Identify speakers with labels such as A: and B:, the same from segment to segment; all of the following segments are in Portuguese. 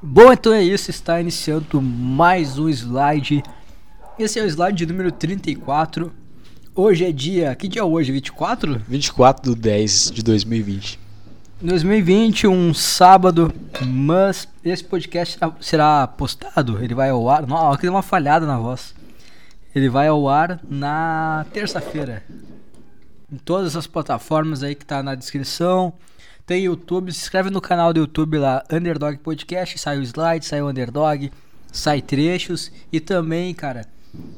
A: Bom, então é isso, está iniciando mais um slide. Esse é o slide número 34. Hoje é dia. Que dia é hoje? 24?
B: 24 de 10 de 2020.
A: 2020, um sábado, mas esse podcast será- será postado. Ele vai ao ar. Nossa, que deu uma falhada na voz. Ele vai ao ar na terça-feira. Em todas as plataformas aí que tá na descrição. Tem YouTube, se inscreve no canal do YouTube lá, Underdog Podcast, sai o slide, sai o Underdog, sai trechos e também, cara,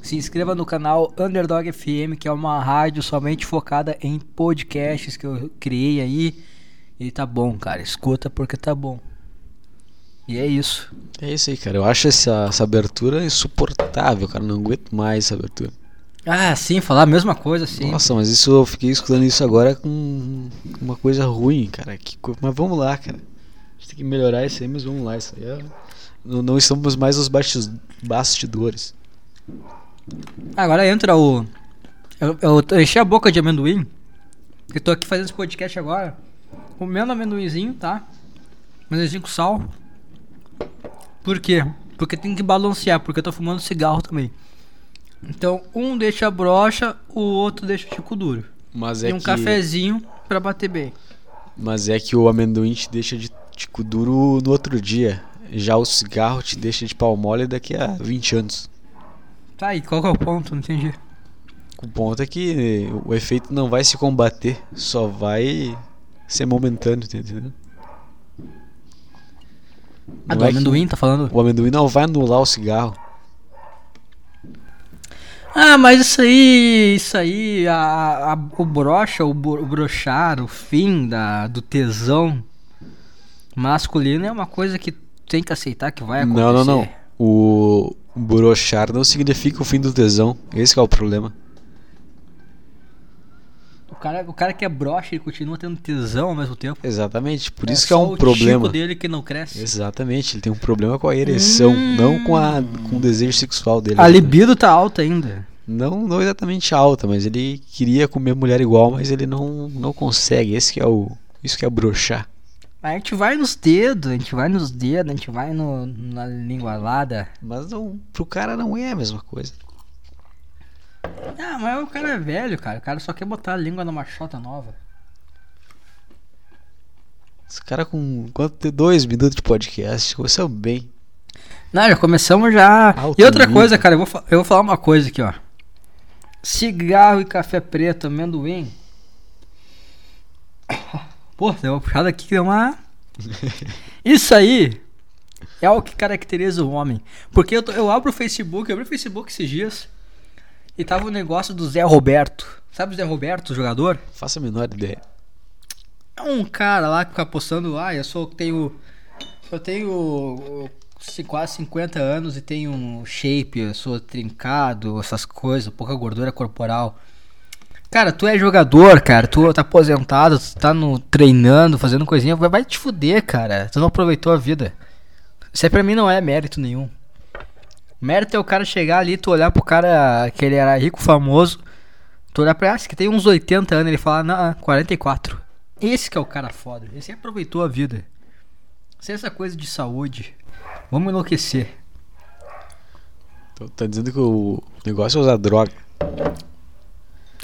A: se inscreva no canal Underdog FM, que é uma rádio somente focada em podcasts que eu criei aí. E tá bom, cara, escuta porque tá bom. E é isso.
B: É isso aí, cara. Eu acho essa, essa abertura insuportável, cara. Não aguento mais essa abertura.
A: Ah, sim, falar a mesma coisa, sim.
B: Nossa, mas isso eu fiquei escutando isso agora com uma coisa ruim, cara. Que co- mas vamos lá, cara. A gente tem que melhorar isso aí, mas vamos lá. Isso aí é- não, não estamos mais nos bastis- bastidores.
A: Agora entra o. Eu, eu enchi a boca de amendoim. Eu tô aqui fazendo esse podcast agora. Comendo amendoinzinho, tá? Amendoinzinho com sal. Por quê? Porque tem que balancear, porque eu tô fumando cigarro também. Então, um deixa a brocha, o outro deixa o tico duro.
B: Mas
A: e
B: é
A: um
B: que,
A: cafezinho pra bater bem.
B: Mas é que o amendoim te deixa de tico duro no outro dia. Já o cigarro te deixa de pau mole daqui a 20 anos.
A: Tá, e qual que é o ponto? Não entendi.
B: O ponto é que o efeito não vai se combater, só vai ser momentâneo, tá entendendo?
A: Ah,
B: Não
A: do
B: é que
A: amendoim, tá falando?
B: O amendoim não vai anular o cigarro.
A: Ah, mas isso aí, isso aí, a, a- o brocha, o, bro, o brochar, o fim da, do tesão masculino é uma coisa que tem que aceitar que vai acontecer.
B: Não, não, não. O brochar não significa o fim do tesão. Esse que é o problema.
A: O cara, o cara que é brocha, ele continua tendo tesão ao mesmo tempo.
B: Exatamente, por
A: É
B: isso que é
A: só
B: um
A: o
B: problema.
A: tico dele que não cresce.
B: Exatamente, ele tem um problema com a ereção,
A: Hum.
B: não com, a, com o desejo sexual dele.
A: A libido tá alta ainda.
B: Não, não exatamente alta, mas ele queria comer mulher igual, mas ele não, não consegue. Esse que é o. Isso que é brochar.
A: A gente vai nos dedos, a gente vai nos dedos, a gente vai no, na lingualada.
B: Mas não, pro cara não é a mesma coisa.
A: Ah, mas o cara é velho, cara. O cara só quer botar a língua numa chota nova.
B: Esse cara com quanto tem dois minutos de podcast, começou bem.
A: Não, já começamos já.
B: Alto
A: e outra
B: nível.
A: coisa, cara, eu vou, fa- eu vou falar uma coisa aqui, ó. Cigarro e café preto, amendoim. Pô, deu uma puxada aqui que deu uma. Isso aí é o que caracteriza o homem. Porque eu, tô- eu abro o Facebook, eu abri o Facebook esses dias e tava o negócio do Zé Roberto. Sabe o Zé Roberto, o jogador?
B: Faça a menor ideia.
A: É um cara lá que fica postando, ah, eu sou tenho. Eu tenho ci- quase 50 anos e tenho um shape, eu sou trincado, essas coisas, pouca gordura corporal. Cara, tu é jogador, cara, tu tá aposentado, tu tá no, treinando, fazendo coisinha, vai, vai te fuder, cara. Tu não aproveitou a vida. Isso aí pra mim não é mérito nenhum. Mérito é o cara chegar ali, tu olhar pro cara que ele era rico, famoso, tu olhar pra ele, ah, esse que tem uns 80 anos, ele fala, não, 44. Esse que é o cara foda, esse aí aproveitou a vida. Sem essa coisa de saúde, vamos enlouquecer.
B: Então, tá dizendo que o negócio é usar droga.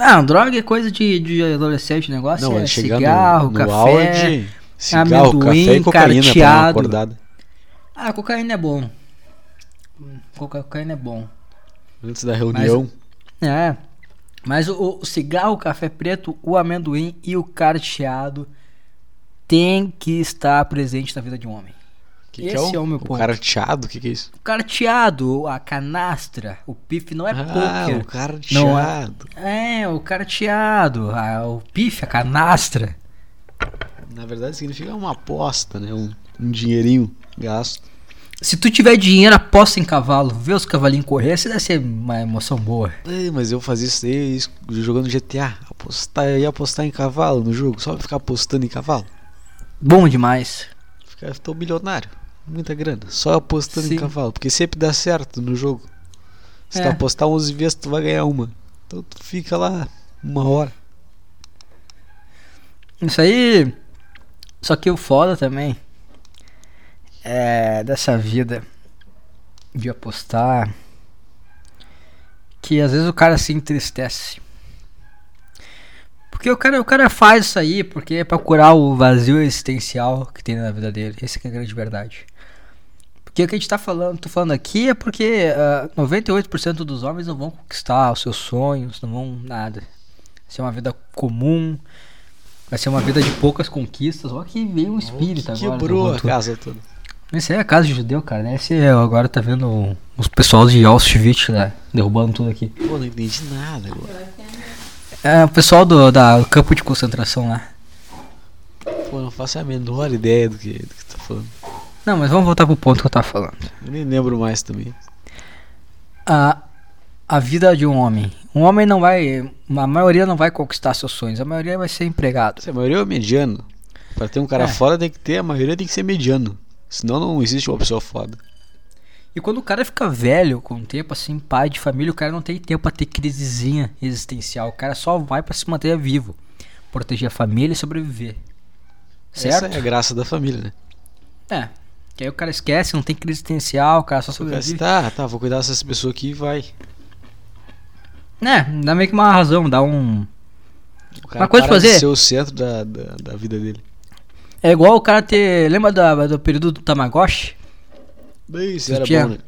A: Ah, droga é coisa de, de adolescente, o negócio
B: não,
A: é
B: ele chegar
A: cigarro,
B: no, no
A: café.
B: auge, cigarro,
A: amendoim,
B: café e cocaína pra dar uma
A: carteado.
B: acordada.
A: Ah, cocaína é bom. Hum, coca- Cocaína é bom.
B: Antes da reunião.
A: É. Mas o, o cigarro, o café preto, o amendoim e o carteado tem que estar presente na vida de um homem.
B: O que, que é,
A: esse
B: um,
A: é o meu
B: o
A: ponto.
B: cara teado? O que, que é isso?
A: O carteado, a canastra, o pife não é
B: ah,
A: pôquer.
B: o cara
A: Não é-
B: teado.
A: É, o carteado, a- o pife, a canastra.
B: Na verdade significa uma aposta, né? Um, um dinheirinho gasto.
A: Se tu tiver dinheiro, aposta em cavalo, vê os cavalinhos correr, isso deve ser uma emoção boa.
B: Ei, mas eu fazia isso aí isso- jogando GTA. Apostar, eu ia apostar em cavalo no jogo, só ficar apostando em cavalo.
A: Bom demais.
B: Ficar, tô milionário. Muita grana. Só apostando
A: Sim.
B: em cavalo. Porque sempre dá certo no jogo. Se
A: É.
B: tu apostar 11 vezes, tu vai ganhar uma. Então tu fica lá uma hora.
A: Isso aí. Só que o foda também é, dessa vida de apostar que às vezes o cara se entristece. Porque o cara, o cara faz isso aí porque é pra curar o vazio existencial que tem na vida dele. Essa que é a grande verdade. Porque o que a gente tá falando, tô falando aqui é porque ah, 98% dos homens não vão conquistar os seus sonhos, não vão nada. Vai ser uma vida comum, vai ser uma vida de poucas conquistas. Olha que veio um espírito agora.
B: Quebrou
A: né?
B: a casa toda.
A: Esse aí é a casa de judeu, cara, né? Esse é- agora tá vendo os pessoal de Auschwitz, né? Derrubando tudo aqui.
B: Pô, não entendi nada agora.
A: É, o pessoal do, da, do campo de concentração lá.
B: Pô, não faço a menor ideia do que, do que tá falando.
A: Não, mas vamos voltar pro ponto que eu tava falando.
B: Eu nem lembro mais também.
A: A, a vida de um homem. Um homem não vai. A maioria não vai conquistar seus sonhos, a maioria vai ser empregado.
B: Se a maioria é mediano. Pra ter um cara
A: É.
B: foda tem que ter, a maioria tem que ser mediano. Senão não existe uma pessoa foda.
A: E quando o cara fica velho, com o tempo, assim, pai de família, o cara não tem tempo pra ter crisezinha existencial. O cara só vai pra se manter vivo, proteger a família e sobreviver. Certo?
B: Essa é a graça da família, né?
A: É. Que aí o cara esquece, não tem crise existencial, o cara só
B: O cara diz,
A: sobrevive.
B: tá, tá, vou cuidar dessas pessoas aqui e vai.
A: É, dá meio que uma razão, dá um.
B: O cara
A: coisa
B: para de
A: fazer.
B: ser o centro da, da, da vida dele.
A: É igual o cara ter. Lembra da- do período do Tamagotchi?
B: Daí, isso
A: Tu
B: era
A: tinha-
B: bom, né?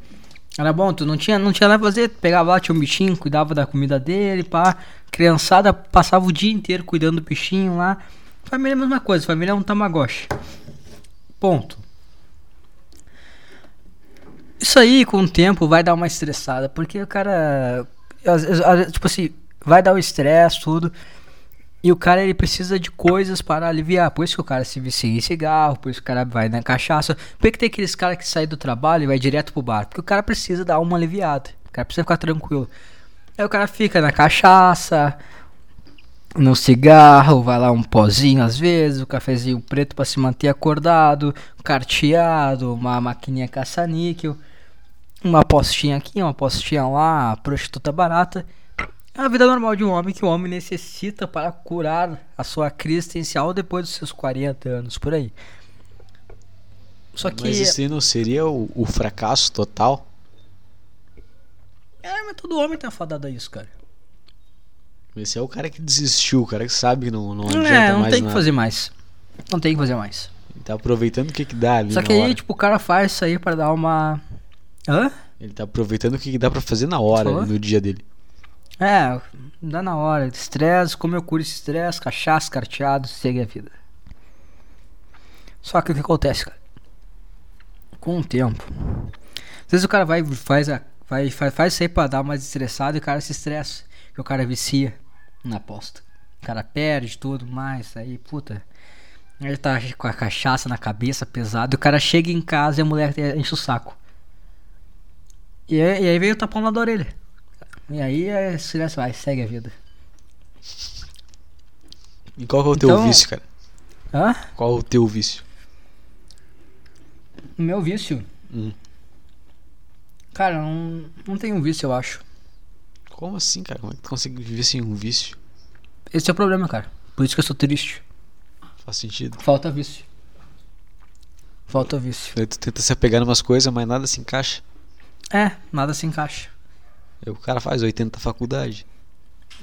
A: Era bom, tu não tinha, não tinha nada pra fazer, tu pegava lá, tinha um bichinho, cuidava da comida dele, pá. Criançada passava o dia inteiro cuidando do bichinho lá. Família é a mesma coisa, família é um tamagotchi. Ponto. Isso aí, com o tempo, vai dar uma estressada, porque o cara. às- às- às- Tipo assim, vai dar o estresse, tudo. E o cara ele precisa de coisas para aliviar. Por isso que o cara se vicia em cigarro, por isso que o cara vai na cachaça. Por que que tem aqueles caras que saem do trabalho e vai direto pro bar? Porque o cara precisa dar uma aliviada. O cara precisa ficar tranquilo. Aí o cara fica na cachaça, no cigarro, vai lá um pozinho às vezes, o cafezinho preto para se manter acordado, carteado, uma maquininha caça-níquel, uma postinha aqui, uma postinha lá, prostituta barata. É a vida normal de um homem que o homem necessita para curar a sua crise existencial depois dos seus 40 anos, por aí. Só que
B: Mas isso aí não seria o, o fracasso total?
A: é, mas todo homem tá fadado a isso, cara.
B: Esse é o cara que desistiu, o cara que sabe que não, não adianta
A: É, não
B: mais
A: tem
B: nada.
A: que fazer mais. Não tem que fazer mais.
B: Ele tá aproveitando o que, que dá ali
A: Só
B: na
A: que aí,
B: hora.
A: tipo, o cara faz isso aí pra dar uma. Hã?
B: Ele tá aproveitando o que, que dá pra fazer na hora,
A: tipo, Falou?
B: ali, no dia dele.
A: É, dá na hora. Estresse, como eu curo esse estresse, cachaça, carteado, segue a vida. Só que o que acontece, cara? Com o tempo. Às vezes o cara vai faz, a, vai, faz, faz isso aí pra dar mais estressado e o cara se estressa. Porque o cara vicia na aposta. O cara perde tudo mais, aí, puta. Ele tá com a cachaça na cabeça, pesado. E o cara chega em casa e a mulher enche o saco. E aí, e aí veio o tapão lá da orelha. E aí é silêncio, vai, segue a vida.
B: E qual que é o teu
A: Então-
B: vício, cara?
A: Hã?
B: Qual é o teu vício?
A: O meu vício?
B: Hum.
A: Cara, não, não tem um vício, eu acho.
B: Como assim, cara? Como é que tu consegue viver sem um vício?
A: Esse é o problema, cara. Por isso que eu sou triste.
B: Faz sentido.
A: Falta vício. Falta vício.
B: Aí tu tenta se apegar em umas coisas, mas nada se encaixa.
A: É, nada se encaixa.
B: Aí o cara faz 80 faculdade.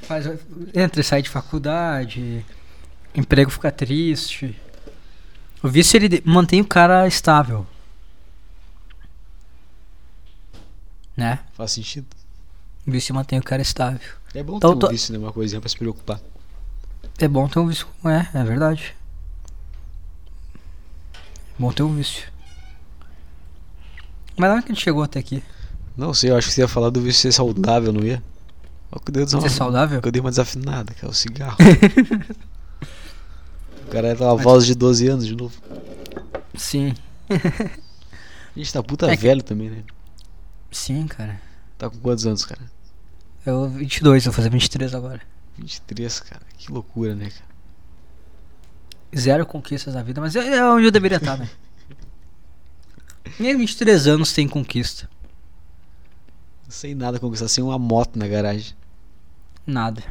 A: Faz, entra e sai de faculdade, emprego fica triste. O vício ele de- mantém o cara estável. Né?
B: Faz sentido.
A: O vício mantém o cara estável.
B: É bom
A: Então
B: ter um
A: tu-
B: vício, né? Uma coisinha pra se preocupar.
A: É bom ter um vício. É, é verdade. É bom ter um vício. Mas onde que a gente chegou até aqui?
B: Não sei, eu acho que você ia falar do vício ser saudável, não ia? Olha É que Deus
A: Ser é saudável?
B: Eu dei uma desafinada, cara. O cigarro. o cara era uma voz de 12 anos de novo.
A: Sim,
B: A gente tá puta
A: É que-
B: velho também, né?
A: sim, cara. É
B: Tá com quantos anos, cara?
A: Eu 22, vou fazer 23 agora.
B: 23, cara. Que loucura, né, cara?
A: Zero conquistas na vida, mas é- é onde eu deveria estar, né? Nem 23 anos sem conquista.
B: Sem nada conquistar, sem uma moto na garagem.
A: Nada.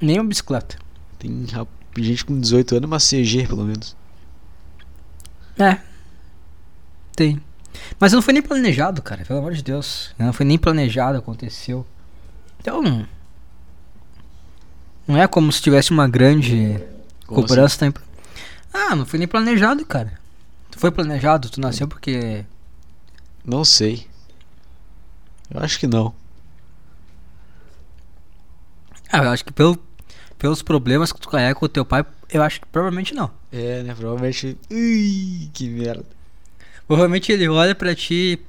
A: Nem uma bicicleta.
B: Tem rap- gente com 18 anos, e uma CG pelo menos.
A: É. Tem. Mas não foi nem planejado, cara, pelo amor de Deus. Não foi nem planejado, aconteceu. Então. não- Não é como se tivesse uma grande
B: Como assim?
A: cobrança. da empresa. Ah, não foi nem planejado, cara. Tu foi planejado, tu nasceu porque.
B: Não sei. Eu acho que não.
A: Ah, eu acho que pelo, pelos problemas que tu carrega com o teu pai, eu acho que provavelmente não.
B: É, né? Provavelmente. Ui, que merda.
A: Provavelmente ele olha pra ti.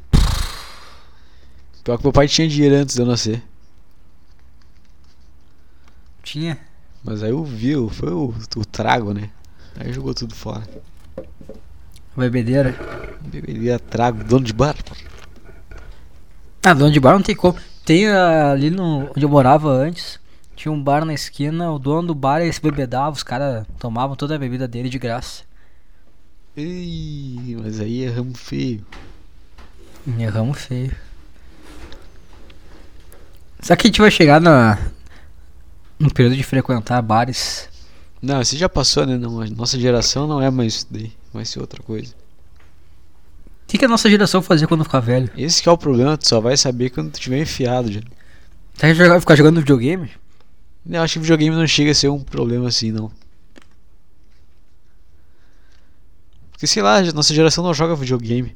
B: Pior que meu pai tinha dinheiro antes de eu nascer.
A: Tinha.
B: Mas aí eu vi, eu- foi o, o trago, né? Aí jogou tudo fora.
A: Bebedeira.
B: Beberia trago, dono de bar.
A: Ah, dono de bar não tem como. Tem ah, ali no, onde eu morava antes, tinha um bar na esquina, o dono do bar ele se bebedava, os caras tomavam toda a bebida dele de graça.
B: Ih, mas aí erramos feio.
A: Erramos feio. Será que a gente vai chegar na, no período de frequentar bares?
B: Não, isso já passou, né? Não, a nossa geração não é mais isso daí. Vai ser outra coisa.
A: O que, que a nossa geração fazia quando ficar velho?
B: Esse que é o problema, tu só vai saber quando tu tiver enfiado já.
A: Será que Tá, a gente vai ficar jogando videogame?
B: Eu acho que videogame não chega a ser um problema assim, não. Porque sei lá, a nossa geração não joga videogame.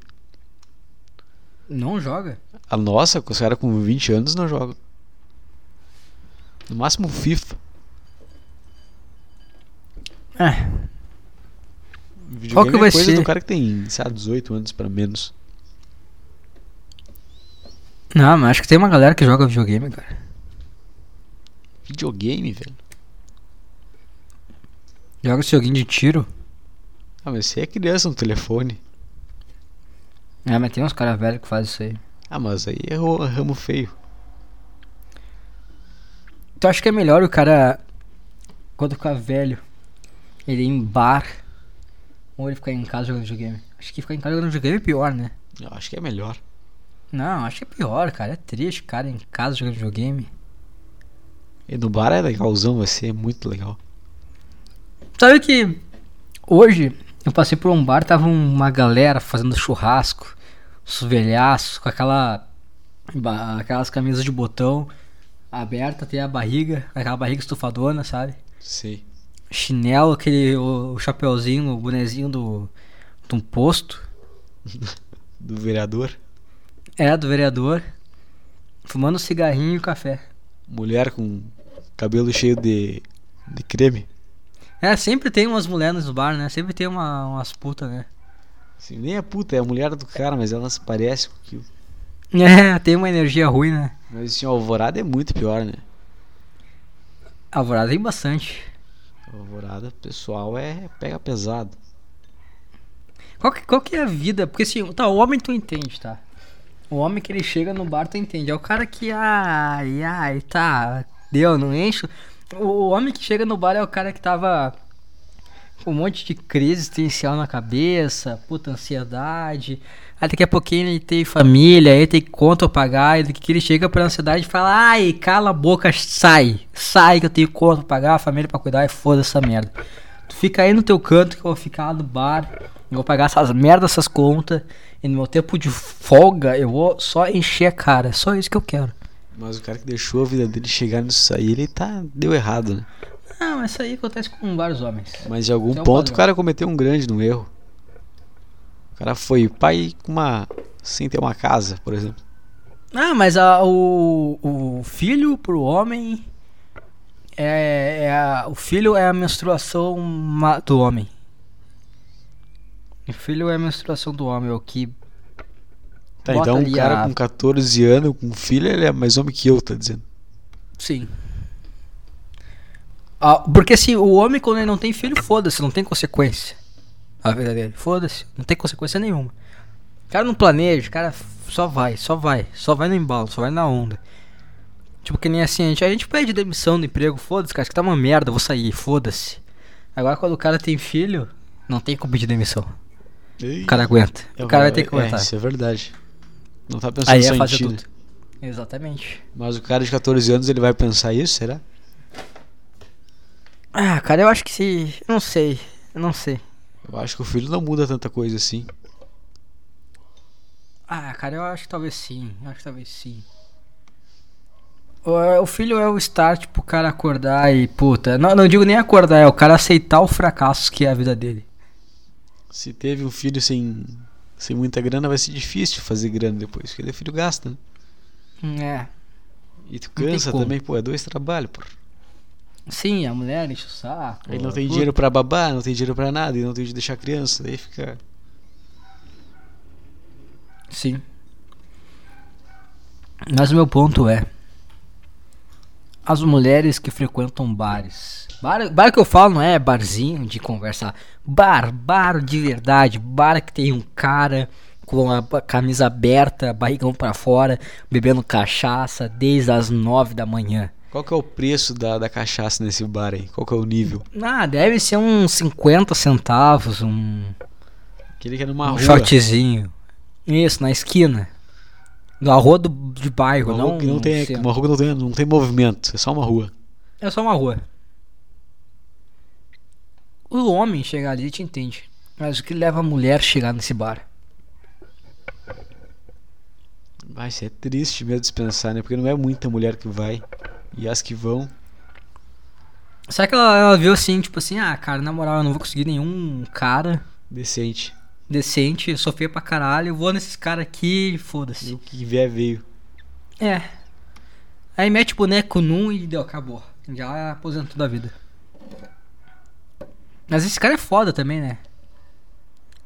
A: Não joga.
B: A nossa, os caras com 20 anos não jogam. No máximo FIFA.
A: É.
B: Videogame
A: Qual que vai
B: é coisa
A: ser?
B: do cara que tem, sei lá, 18 anos pra menos.
A: Não, mas acho que tem uma galera que joga videogame, cara.
B: Videogame, velho.
A: Joga esse joguinho de tiro.
B: Ah, mas você é criança no telefone.
A: É, mas tem uns caras velhos que fazem isso aí.
B: Ah, mas aí é o ramo feio.
A: Tu acha que é melhor o cara, quando ficar velho, ele ir em bar ou ele ficar em casa jogando videogame? Acho que ficar em casa jogando videogame é pior, né?
B: Eu acho que é melhor.
A: Não, acho que é pior, cara. É triste, o cara, em casa jogando videogame.
B: E no bar é legalzão, vai ser muito legal.
A: Sabe que hoje eu passei por um bar, tava uma galera fazendo churrasco, os velhaços, com aquela, ba- aquelas camisas de botão aberta até a barriga, aquela barriga estufadona, sabe?
B: Sei.
A: chinelo, aquele o, o chapeuzinho, o bonezinho do de um posto,
B: Do vereador.
A: é do vereador, fumando cigarrinho e café.
B: Mulher com cabelo cheio de, de creme.
A: É, sempre tem umas mulheres no bar, né? Sempre tem uma, umas putas, né?
B: Assim, nem é puta, é a mulher do cara, mas ela se parece com que.
A: É, tem uma energia ruim, né?
B: Mas assim, o Alvorada é muito pior, né?
A: A Alvorada tem bastante.
B: O Alvorada, pessoal, é pega pesado.
A: Qual que, qual que é a vida? Porque assim, tá, o homem tu entende, tá? O homem que ele chega no bar tu entende. É o cara que, ai, ai, tá, deu, não encho. O, o homem que chega no bar é o cara que tava com um monte de crise existencial na cabeça, puta ansiedade. Aí daqui a pouquinho ele tem família, aí tem conta a pagar, e daqui que ele chega pra ansiedade e fala, ai, cala a boca, sai, sai que eu tenho conta pra pagar, família pra cuidar e foda essa merda. Tu fica aí no teu canto que eu vou ficar lá no bar, eu vou pagar essas merdas, essas contas, e no meu tempo de folga eu vou só encher a cara, é só isso que eu quero.
B: Mas o cara que deixou a vida dele chegar nisso aí, ele tá. deu errado, né?
A: Ah, mas isso aí acontece com vários homens.
B: Mas de algum
A: Isso é um
B: ponto
A: padrão.
B: o cara cometeu um grande no erro. O cara foi pai com uma. sem ter uma casa, por exemplo.
A: Ah, mas a- o, o filho pro homem é, é a- o filho é a menstruação ma- do homem. O filho é a menstruação do homem, é o que
B: Tá,
A: Bota
B: então um
A: ali
B: cara
A: a-
B: com 14 anos, com um filho, ele é mais homem que eu, tá dizendo.
A: Sim. Ah, porque assim, o homem quando ele não tem filho, foda-se, não tem consequência. A vida dele, foda-se, não tem consequência nenhuma. O cara não planeja, o cara f- só vai, só vai, só vai no embalo, só vai na onda. Tipo que nem assim, a gente, a gente pede demissão do emprego, foda-se, cara, acho que tá uma merda, eu vou sair, foda-se. Agora quando o cara tem filho, não tem como pedir demissão. O cara aguenta. O cara vai ter que aguentar.
B: É, isso é verdade. Não tá pensando
A: Aí
B: só
A: é
B: em
A: fazer
B: ti, né?
A: tudo. Exatamente.
B: Mas o cara de 14 anos, ele vai pensar isso, será?
A: Ah, cara, eu acho que se. Não sei. Não sei.
B: Eu acho que o filho não muda tanta coisa assim.
A: Ah, cara, eu acho que talvez sim. Eu acho que talvez sim. O o filho é o start pro cara acordar e, puta, não, não digo nem acordar, é o cara aceitar o fracasso que é a vida dele.
B: Se teve um filho sem, sem muita grana, vai ser difícil fazer grana depois, porque daí o filho gasta, né?
A: É.
B: E tu
A: tem
B: cansa
A: como.
B: também, pô, é dois trabalhos, pô.
A: Sim, a mulher enche o saco.
B: Aí não tem
A: puta.
B: dinheiro pra babar, não tem dinheiro pra nada, e não tem de deixar criança, daí fica.
A: Sim. Mas o meu ponto é. As mulheres que frequentam bares. Bar, bar que eu falo não é barzinho de conversar. Bar, bar de verdade. Bar que tem um cara com a ba- camisa aberta, barrigão pra fora, bebendo cachaça desde as nove da manhã.
B: Qual que é o preço da, da cachaça nesse bar aí? Qual que é o nível?
A: Ah, deve ser uns 50 centavos, um,
B: Aquele que é numa
A: um
B: rua.
A: shortzinho. Isso, na esquina. No arroz do, de bairro,
B: Uma
A: é, não.
B: rua que não
A: no
B: tem,
A: centro.
B: uma rua que não tem, não tem movimento, é só uma rua.
A: É só uma rua. O homem chegar ali te entende. Mas o que leva a mulher a chegar nesse bar?
B: Vai ser triste mesmo dispensar, né? Porque não é muita mulher que vai. E as que vão.
A: Será que ela, ela viu assim, tipo assim, ah, cara, na moral, eu não vou conseguir nenhum cara
B: Decente.
A: decente, eu sou feia pra caralho, eu vou nesses caras aqui,
B: E
A: foda-se.
B: o que vier veio.
A: É. Aí mete o boneco num e deu, acabou. Já aposentou da vida. Mas esse cara é foda também, né?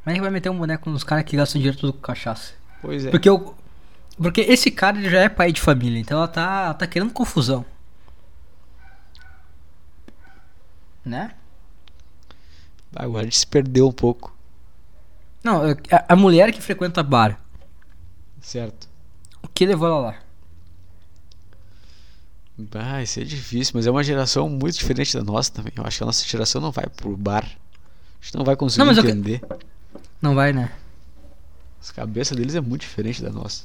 A: Como é que vai meter um boneco nos caras que gastam dinheiro tudo com cachaça?
B: Pois é.
A: Porque eu. Porque esse cara ele já é pai de família, então ela tá, ela tá querendo confusão. Né?
B: Agora a gente se perdeu um pouco.
A: Não, eu- a, a mulher que frequenta bar,
B: Certo.
A: o que levou ela lá?
B: Vai ser difícil, mas é uma geração muito diferente da nossa também. Eu acho que a nossa geração não vai pro bar. A gente não vai conseguir
A: Não, mas eu que-
B: entender.
A: Não vai, né?
B: As cabeças deles é muito diferente da nossa.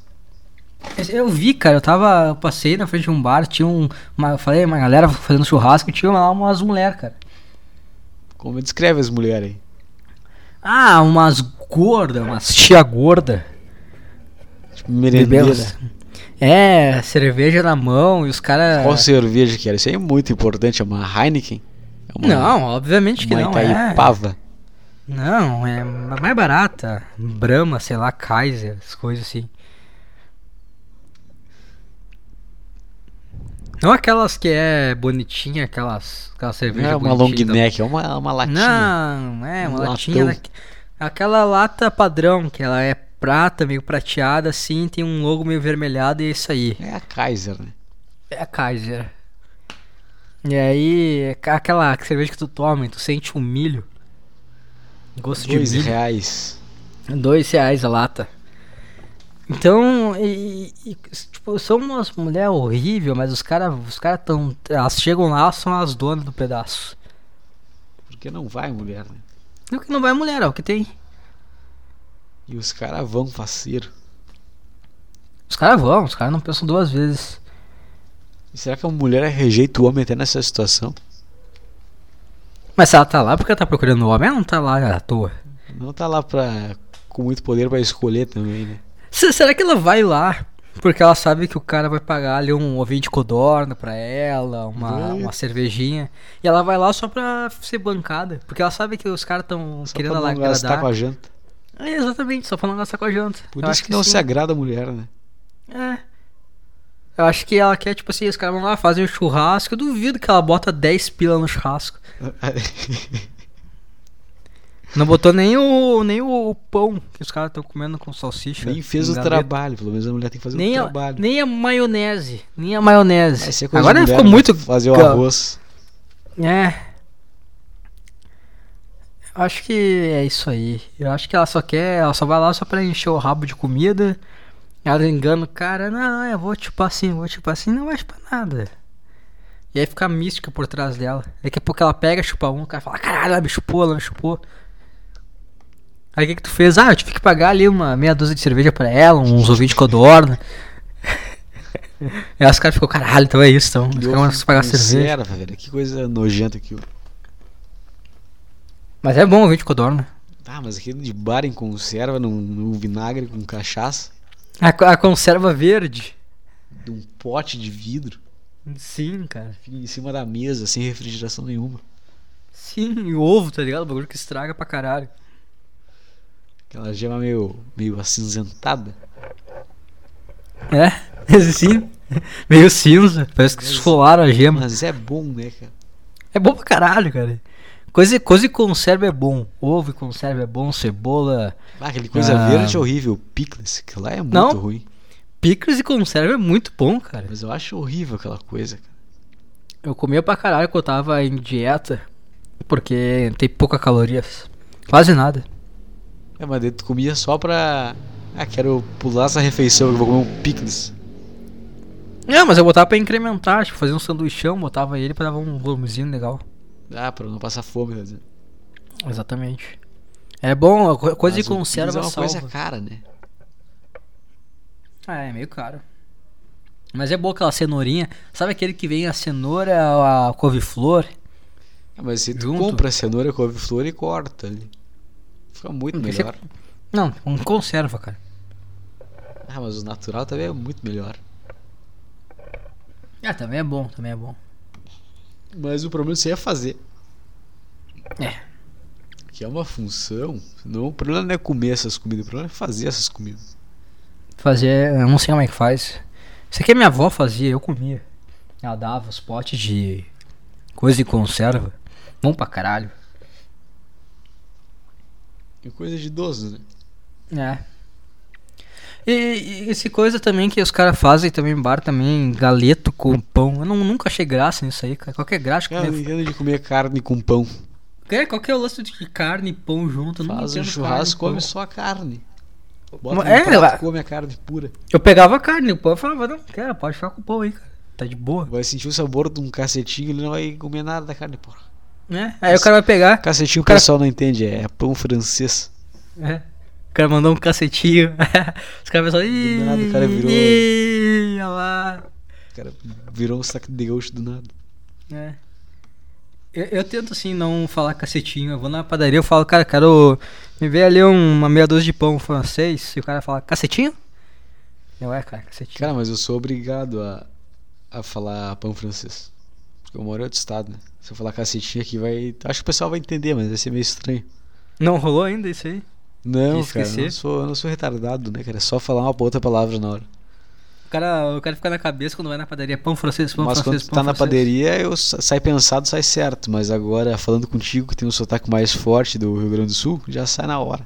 A: Eu vi, cara, eu tava. Eu passei na frente de um bar, tinha um. Uma, eu falei, uma galera fazendo churrasco, tinha lá umas mulheres, cara.
B: Como descreve as mulheres aí?
A: Ah, umas gordas, umas tia gorda.
B: Tipo, merendeira.
A: bebendo- É, cerveja na mão e os caras.
B: Qual cerveja que era? Isso aí é muito importante. É uma Heineken? É uma, tá
A: Não, obviamente que
B: uma
A: não. é.
B: Itaipava?
A: Não, é ma- mais barata. Brahma, sei lá, Kaiser, as coisas assim. Não aquelas que é bonitinha, aquelas, aquelas
B: Não
A: cerveja
B: é uma long
A: bonitinha da-
B: neck, é uma, uma latinha.
A: Não, é uma
B: Um
A: latinha.
B: latão.
A: daque- Aquela lata padrão, que ela é prata, meio prateada assim, tem um logo meio vermelhado e é isso aí.
B: É a Kaiser, né?
A: É a Kaiser. E aí, é ca- aquela cerveja que tu toma e tu sente um milho. Gosto de
B: Dois
A: milho.
B: reais.
A: Dois reais a lata. Então, e, e- tipo, são umas mulheres horríveis, mas os caras os cara tão. Elas chegam lá, são as donas do pedaço.
B: Porque não vai mulher, né?
A: E o que não vai é mulher, é o que tem.
B: E os caras vão faceiro.
A: Os caras vão, os caras não pensam duas vezes.
B: E será que a mulher rejeita o homem até nessa situação?
A: Mas se ela tá lá porque ela tá procurando o homem, ela não tá lá à toa.
B: Não tá lá pra, com muito poder pra escolher também, né?
A: Se- será que ela vai lá? Porque ela sabe que o cara vai pagar ali um ovinho de codorna pra ela, uma,
B: Vai.
A: uma cervejinha. E ela vai lá só pra ser bancada. Porque ela sabe que os caras estão
B: Só
A: querendo
B: pra
A: ela
B: não gastar
A: agradar.
B: com a janta.
A: É, exatamente, só pra não gastar com a janta.
B: Por
A: Eu
B: isso
A: acho
B: que, não
A: sim.
B: se agrada a mulher, né?
A: É. Eu acho que ela quer, tipo assim, os caras vão lá, fazem o churrasco. Eu duvido que ela bota 10 pila no churrasco. Não botou nem o, nem o, o pão que os caras estão comendo com salsicha.
B: Nem fez
A: com
B: o
A: galeto.
B: trabalho. Pelo menos a mulher tem que fazer
A: Nem
B: o
A: a,
B: trabalho.
A: nem a maionese. Nem a maionese.
B: Vai ser coisa de
A: Agora
B: mulher,
A: ficou
B: né?
A: muito.
B: Fazer o
A: ca-
B: arroz.
A: É. Acho que é isso aí. Eu acho que ela só quer. Ela só vai lá só pra encher o rabo de comida. Ela engana o cara. Não, não, eu vou chupar assim, eu vou chupar assim. Não vai chupar nada. E aí fica a mística por trás dela. Daqui a pouco ela pega, chupa um, o cara fala: caralho, ela me chupou, ela me chupou. Aí o que, que tu fez? Ah, eu tive que pagar ali uma meia dúzia de cerveja pra ela, uns ovinhos de codorna. aí os caras ficam: caralho, então é isso, então. Os
B: E
A: caras
B: ovo
A: começam a pagar
B: com
A: cerveja.
B: Serva, velho. Que coisa nojenta aquilo.
A: Mas é bom ouvir de codorna.
B: Ah, mas aquilo de bar em conserva, num, num vinagre com cachaça.
A: A, co- a conserva verde.
B: de um pote de vidro,
A: Sim, cara.
B: fica em cima da mesa, sem refrigeração nenhuma.
A: Sim, e ovo, tá ligado? O bagulho que estraga pra caralho.
B: Aquela gema meio, meio acinzentada.
A: É, sim. Meio cinza. Parece que esfolaram a gema.
B: Mas é bom, né, cara?
A: É bom pra caralho, cara. Coisa, coisa e conserva é bom. Ovo e conserva é bom. Cebola.
B: Ah, aquele coisa
A: Ah.
B: verde é horrível. Picles, que lá é muito
A: Não.
B: ruim.
A: Picles e conserva é muito bom, cara.
B: Mas eu acho horrível aquela coisa, cara.
A: Eu comia pra caralho quando eu tava em dieta. Porque tem pouca calorias. Quase nada.
B: É, mas daí tu comia só pra. Ah, quero pular essa refeição, eu vou comer um picles.
A: Não, É, mas eu botava pra incrementar. Tipo, fazia um sanduichão, botava ele pra dar um volumezinho legal.
B: Ah, pra não passar fome, tá dizendo.
A: Exatamente. É bom, a co- coisa
B: Mas
A: de
B: o
A: conserva
B: picles é uma
A: salva.
B: coisa cara, né?
A: Ah, é meio caro. Mas é boa aquela cenourinha. Sabe aquele que vem a cenoura, a couve-flor?
B: Ah, mas se tu
A: Junto.
B: compra cenoura, couve-flor e corta ali. Fica muito
A: Mas é-
B: melhor.
A: Não, com conserva, cara.
B: Ah, mas o natural também é muito melhor.
A: Ah, também é bom, também é bom.
B: Mas o problema você ia fazer.
A: É.
B: Que é uma função. Não, o problema não é comer essas comidas, o problema é fazer essas comidas.
A: Fazer, eu não sei como é que faz. Isso aqui a minha avó fazia, eu comia. Ela dava os potes de coisa de conserva. Bom pra caralho.
B: É coisa de idoso, né?
A: É. E, e esse coisa também que os caras fazem também em bar também, galeto com pão. Eu não, nunca achei graça nisso aí, cara. Qualquer graça que
B: Cara, eu Ah, não
A: eu
B: entendo de comer carne com pão.
A: É, qualquer lance de carne e pão junto. eu não
B: Faz um
A: entendo
B: churrasco,
A: carne
B: come
A: e pão.
B: só a carne.
A: Mas-
B: Bota no
A: é,
B: prato,
A: lá-
B: come a carne pura.
A: Eu pegava a carne, o pão eu falava, não, cara, pode ficar com o pão aí, cara. Tá de boa.
B: Vai sentir o sabor de um cacetinho, ele não vai comer nada da carne, porra.
A: Né? Aí o cara vai pegar.
B: Cacetinho o
A: Cara-
B: pessoal não entende, é pão francês.
A: É. O cara mandou um cacetinho. Os caras pensaram, ih,
B: Do nada o cara virou-
A: ih, olha lá.
B: O Cara, virou um saco de gaúcho do nada.
A: É. Eu, eu tento assim não falar cacetinho. Eu vou na padaria eu falo, cara, quero. Me vê ali um, uma meia dúzia de pão francês. E o cara fala, cacetinho? Eu é, cara, cacetinho.
B: Cara, mas eu sou obrigado a, a falar pão francês. Porque eu moro em outro estado, né? Se eu falar cacetinho aqui, vai. Acho que o pessoal vai entender, mas vai ser meio estranho.
A: Não rolou ainda isso aí?
B: Não,
A: Quis
B: cara, eu não
A: esquecer?
B: sou, eu não sou retardado, né, cara? É só falar uma outra palavra na hora.
A: O cara, o cara fica na cabeça quando vai na padaria, pão francês, pão
B: mas quando
A: francês,
B: tu
A: pão
B: tá na
A: francês.
B: padaria, eu sa- sai pensado, sai certo. Mas agora, falando contigo, que tem um sotaque mais forte do Rio Grande do Sul, já sai na hora.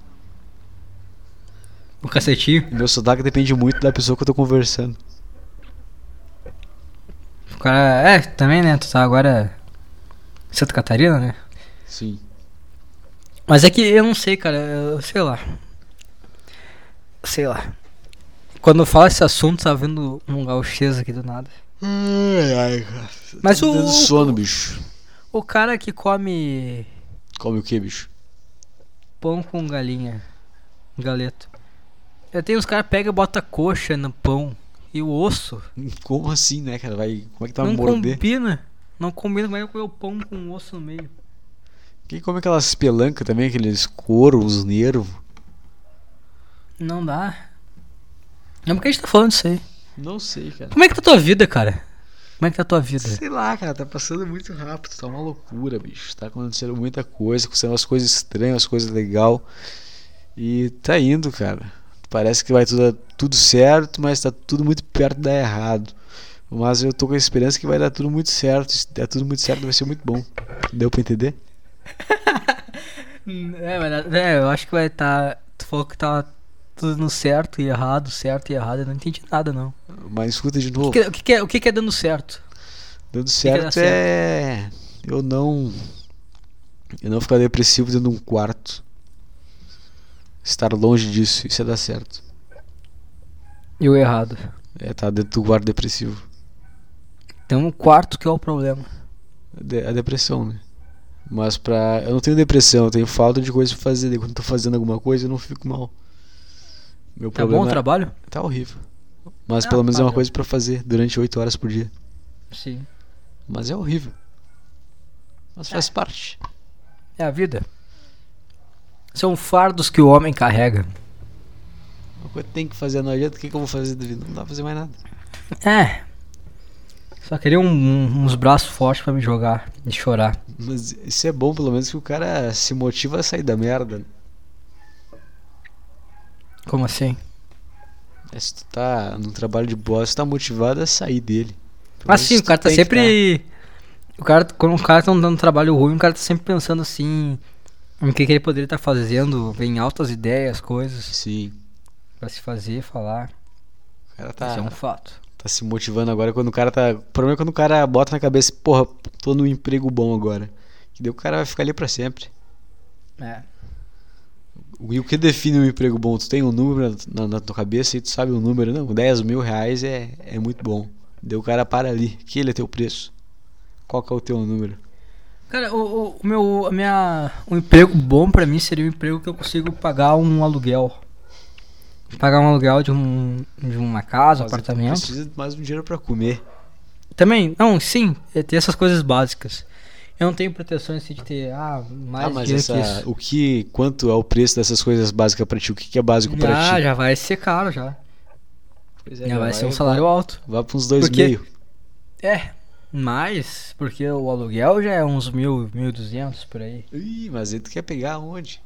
A: O cacetinho.
B: E meu sotaque depende muito da pessoa que eu tô conversando.
A: O cara. É, também, né? Tu tá agora. em Santa Catarina, né?
B: Sim.
A: Mas é que eu não sei, cara. Eu, sei lá. Sei lá. Quando eu falo esse assunto, tá vendo um gauchês aqui do nada.
B: Ai, ai, cara.
A: Mas
B: Tô
A: o-
B: Tá dando sono, bicho.
A: O cara que come
B: Come o que, bicho?
A: pão com galinha, galeto. Eu tenho uns caras pega e bota coxa no pão e o osso.
B: Como assim, né, cara? Vai, como é que tá
A: não
B: morder?
A: combina. Não combina como é que eu comer o pão com o osso no meio.
B: Quem come aquelas pelancas também, aqueles couro, os nervos?
A: Não dá. Não, por que a gente tá falando disso aí?
B: Não sei, cara.
A: Como é que tá a tua vida, cara? Como é que tá a tua vida?
B: Sei lá, cara, tá passando muito rápido, tá uma loucura, bicho. Tá acontecendo muita coisa, acontecendo umas coisas estranhas, umas coisas legais. E tá indo, cara. Parece que vai tudo, tudo certo, mas tá tudo muito perto de dar errado. Mas eu tô com a esperança que vai dar tudo muito certo. Se der tudo muito certo, vai ser muito bom. Deu pra entender?
A: Hum, É, mas, é, eu acho que vai tá. Tu falou que tava tudo no certo e errado, certo e errado. Eu não entendi nada, não.
B: Mas escuta de
A: O
B: novo.
A: que, o que, que é, o que, que é dando certo?
B: Dando
A: que dá
B: certo é. Eu não. Eu não ficar depressivo dentro de um quarto. Estar longe disso, isso é dar certo.
A: E o errado.
B: É estar dentro do quarto depressivo.
A: Tem um quarto que é o problema.
B: De- A depressão, né? Mas pra. Eu não tenho depressão, eu tenho falta de coisa pra fazer. Daí Quando eu tô fazendo alguma coisa, eu não fico mal. Meu
A: Tá
B: problema
A: bom o trabalho?
B: é- tá horrível. Mas
A: Ah,
B: pelo menos é uma
A: valeu.
B: coisa pra fazer durante 8 horas por dia.
A: Sim.
B: Mas é horrível. Mas faz parte.
A: É a vida. São fardos que o homem carrega.
B: Uma coisa tem que fazer, não adianta. O que, que eu vou fazer da vida? Não dá pra fazer mais nada.
A: É. Só queria um- um- uns braços fortes pra me jogar e chorar.
B: Mas isso é bom, pelo menos, que o cara se motiva a sair da merda.
A: Como assim?
B: É, se tu tá num trabalho de bosta, tu tá motivado a sair dele. Pelo
A: Mas
B: menos
A: sim, o
B: tu
A: cara tá
B: tem que
A: sempre. O cara, quando o cara tá dando um trabalho ruim, o cara tá sempre pensando assim. Em que, que ele poderia estar fazendo, vem altas ideias,
B: tá-
A: coisas
B: Sim,
A: pra se fazer, falar.
B: o cara
A: Isso é um
B: tá,
A: fato.
B: tá se motivando agora quando o cara tá. O problema é quando o cara bota na cabeça, porra, tô num emprego bom agora. Que daí o cara vai ficar ali pra sempre.
A: É.
B: E o que define um emprego bom? Tu tem um número na, na tua cabeça e tu sabe o número, não? 10 mil reais é, é muito bom. Daí o cara para ali. Que ele é teu preço. Qual que é o teu número?
A: Cara, o, o- o meu, a minha, um emprego bom pra mim seria um emprego que eu consigo pagar um aluguel. Pagar um aluguel de, um, de uma casa,
B: Mas
A: apartamento.
B: Precisa de mais um dinheiro pra comer.
A: Também, não, sim, é ter essas coisas básicas. Eu não tenho proteção assim de ter, ah, mais
B: ah, mas
A: dinheiro que
B: essa,
A: isso.
B: o que, quanto é o preço dessas coisas básicas pra ti? O que, que é básico pra
A: Ah,
B: ti?
A: já vai ser caro já.
B: Pois é,
A: já vai ser um salário alto.
B: Vai pra uns dois
A: Porque-
B: meio.
A: É, mas, porque o aluguel já é uns mil, mil duzentos por aí.
B: Ih, mas aí tu quer pegar onde?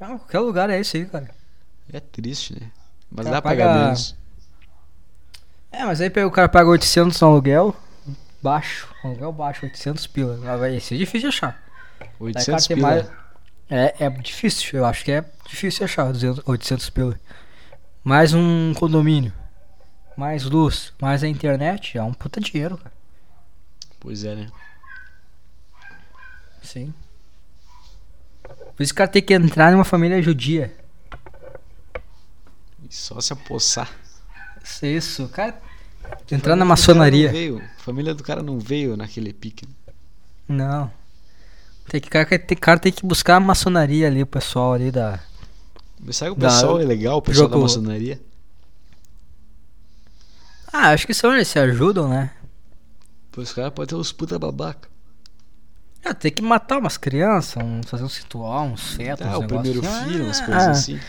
A: Ah, qualquer lugar é isso aí, cara.
B: É triste, né? Mas
A: Cara,
B: dá pra pagar
A: paga-
B: menos.
A: É, mas aí pega- o cara paga 800 no aluguel, baixo, um aluguel baixo, 800 pila. Ah, Vai ser difícil de achar. Daí o cara
B: 800
A: tem
B: pila.
A: mais- É, é difícil, eu acho que é difícil de achar 200, 800 pila. Mais um condomínio, mais luz, mais a internet, é um puta dinheiro, cara.
B: Pois é, né?
A: Sim. Por isso que o cara tem que entrar numa família judia.
B: E só se apossar.
A: Isso, isso, cara. Entrar na
B: Família do cara não
A: maçonaria.
B: veio. Família do cara não veio naquele pique. né?
A: Não. Tem que, cara, tem, cara tem que buscar a maçonaria ali, o pessoal ali da.
B: Mas sabe que o
A: Dá,
B: pessoal é legal, o pessoal da
A: jogo-
B: maçonaria?
A: Ah, acho que são eles se ajudam, né?
B: Pô, os caras podem ter uns puta babaca.
A: Ah, tem que matar umas crianças, um- fazer um ritual, uns fetos,
B: Ah,
A: uns
B: o
A: negócios
B: primeiro
A: assim.
B: filho, umas
A: É, Ah,
B: coisas assim.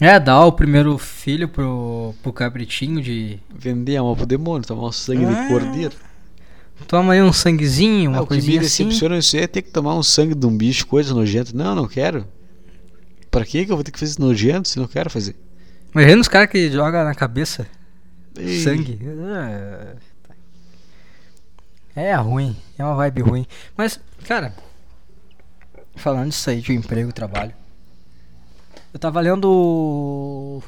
A: É, dar o primeiro filho pro, pro cabritinho de.
B: Vender a alma pro demônio, tomar o sangue
A: Ah,
B: do cordeiro.
A: Toma aí um sanguezinho, uma
B: Ah, o que me
A: coisinha assim.
B: decepciona isso aí é ter que tomar um sangue de um bicho, coisa nojenta. Não, não quero. Pra que que eu vou ter que fazer isso nojento se não quero fazer?
A: Imagina os caras que jogam na cabeça
B: Ei,
A: sangue. Ah, tá. É, é ruim, é uma vibe ruim. Mas, cara, falando isso aí de emprego e trabalho. Eu tava lendo o,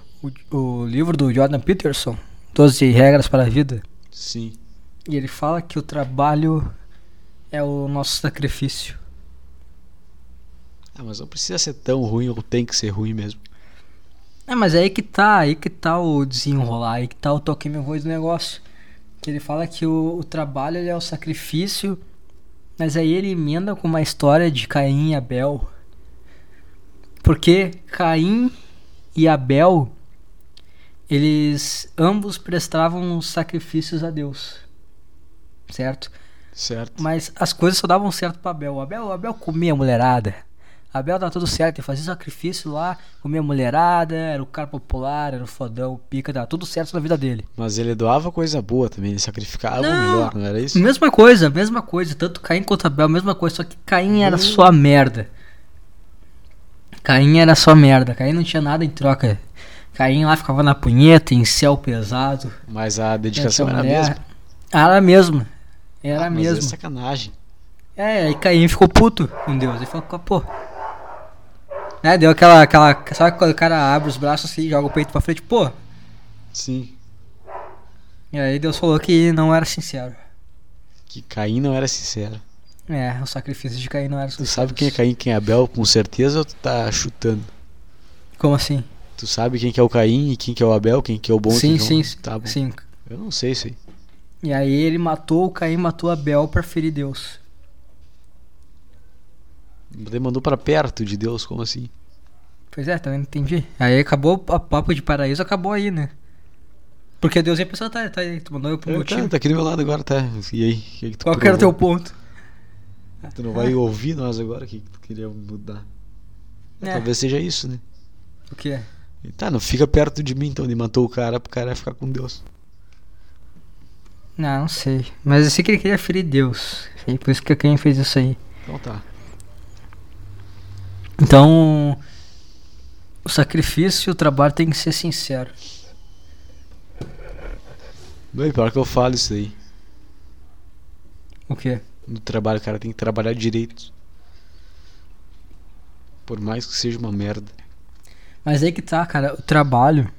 A: o- o livro do Jordan Peterson, 12 Regras para a Vida.
B: Sim.
A: E ele fala que o trabalho é o nosso sacrifício.
B: Ah, mas não precisa ser tão ruim ou tem que ser ruim mesmo.
A: É, mas é aí que tá, aí que tá o desenrolar, aí que tá o toque meu voz do negócio. Que ele fala que o, o trabalho ele é o sacrifício, mas aí ele emenda com uma história de Caim e Abel. Porque Caim e Abel, eles ambos prestavam sacrifícios a Deus. Certo?
B: Certo.
A: Mas as coisas só davam certo pra Abel. O Abel, o Abel comia a mulherada. Abel dava tudo certo, ele fazia sacrifício lá, comia a mulherada, era o cara popular, era o fodão, o pica, dava tudo certo na vida dele.
B: Mas ele doava coisa boa também, ele sacrificava o
A: Não.
B: melhor, não era isso?
A: Mesma coisa, mesma coisa, tanto Caim quanto Abel, mesma coisa, só que Caim era só merda. Caim era só merda, Caim não tinha nada em troca. Caim lá ficava na punheta, em céu pesado.
B: Mas a dedicação
A: tinha
B: era a
A: mulher.
B: mesma.
A: Era a mesma. Era
B: Ah,
A: a
B: mas é
A: mesma.
B: sacanagem.
A: É, aí Caim ficou puto com Deus. Ele falou, pô. É, deu aquela, aquela. Sabe quando o cara abre os braços assim, joga o peito pra frente, pô.
B: Sim.
A: E aí Deus falou que não era sincero.
B: Que Caim não era sincero.
A: É, o sacrifício de Caim não era
B: Tu
A: sincero.
B: sabe quem é Caim, quem é Abel, com certeza, ou tu tá chutando?
A: Como assim?
B: Tu sabe quem que é o Caim e quem que é o Abel, quem que é o bom e
A: sim,
B: quem que é
A: sim,
B: o...
A: sim.
B: Tá bom.
A: sim.
B: Eu não sei isso aí.
A: E aí ele matou, o Caim matou Abel pra ferir Deus.
B: Ele mandou pra perto de Deus, como assim?
A: Pois é, também não entendi. Aí acabou o papo de paraíso, acabou aí, né? Porque Deus ia pensar, tá, tá aí, tu mandou eu pro
B: Eu,
A: meu
B: tá,
A: time.
B: tá aqui do meu lado agora, tá? E aí? O que que tu
A: é? Qual que era o teu Ah.
B: provou?
A: ponto?
B: Tu não vai ouvir nós agora o que que tu queria mudar.
A: É,
B: Talvez seja isso, né?
A: o que é?
B: E tá, não fica perto de mim então. Ele matou o cara pro cara ficar com Deus.
A: Não, não sei. Mas eu sei que ele queria ferir Deus. Sei, por isso que quem fez isso aí.
B: Então tá.
A: Então, o sacrifício e o trabalho tem que ser sincero.
B: Bem, pior que eu falo isso aí.
A: O quê?
B: No trabalho, cara, tem que trabalhar direito. Por mais que seja uma merda.
A: Mas aí que tá, cara, o trabalho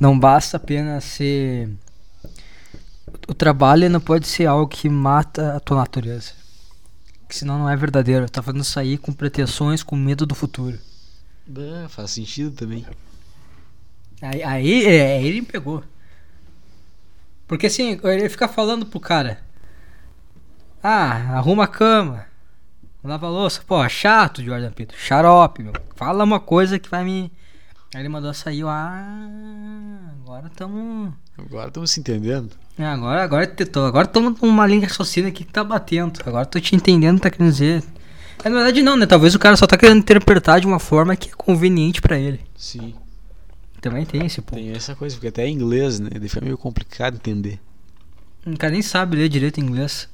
A: não basta apenas ser. O trabalho não pode ser algo que mata a tua natureza. Que senão não é verdadeiro. Tá fazendo sair com pretensões, com medo do futuro.
B: Ah, faz sentido também.
A: Aí, aí, é, aí ele me pegou. Porque assim, ele fica falando pro cara: Ah, arruma a cama, lava a louça. Pô, chato, Jordan Pito, xarope, meu. Fala uma coisa que vai me. Aí ele mandou sair, eu, ah, agora tamo.
B: Agora estamos se entendendo.
A: É, Agora, agora, te- tô, agora tamo numa linha de raciocínio aqui que tá batendo. Agora tô te entendendo, o que tá querendo dizer. É, na verdade, não, né? Talvez o cara só tá querendo interpretar de uma forma que é conveniente pra ele.
B: Sim.
A: Também tem esse ponto.
B: Tem essa coisa, porque até em inglês, né? Ele fica meio complicado entender.
A: O cara nem sabe ler direito em inglês.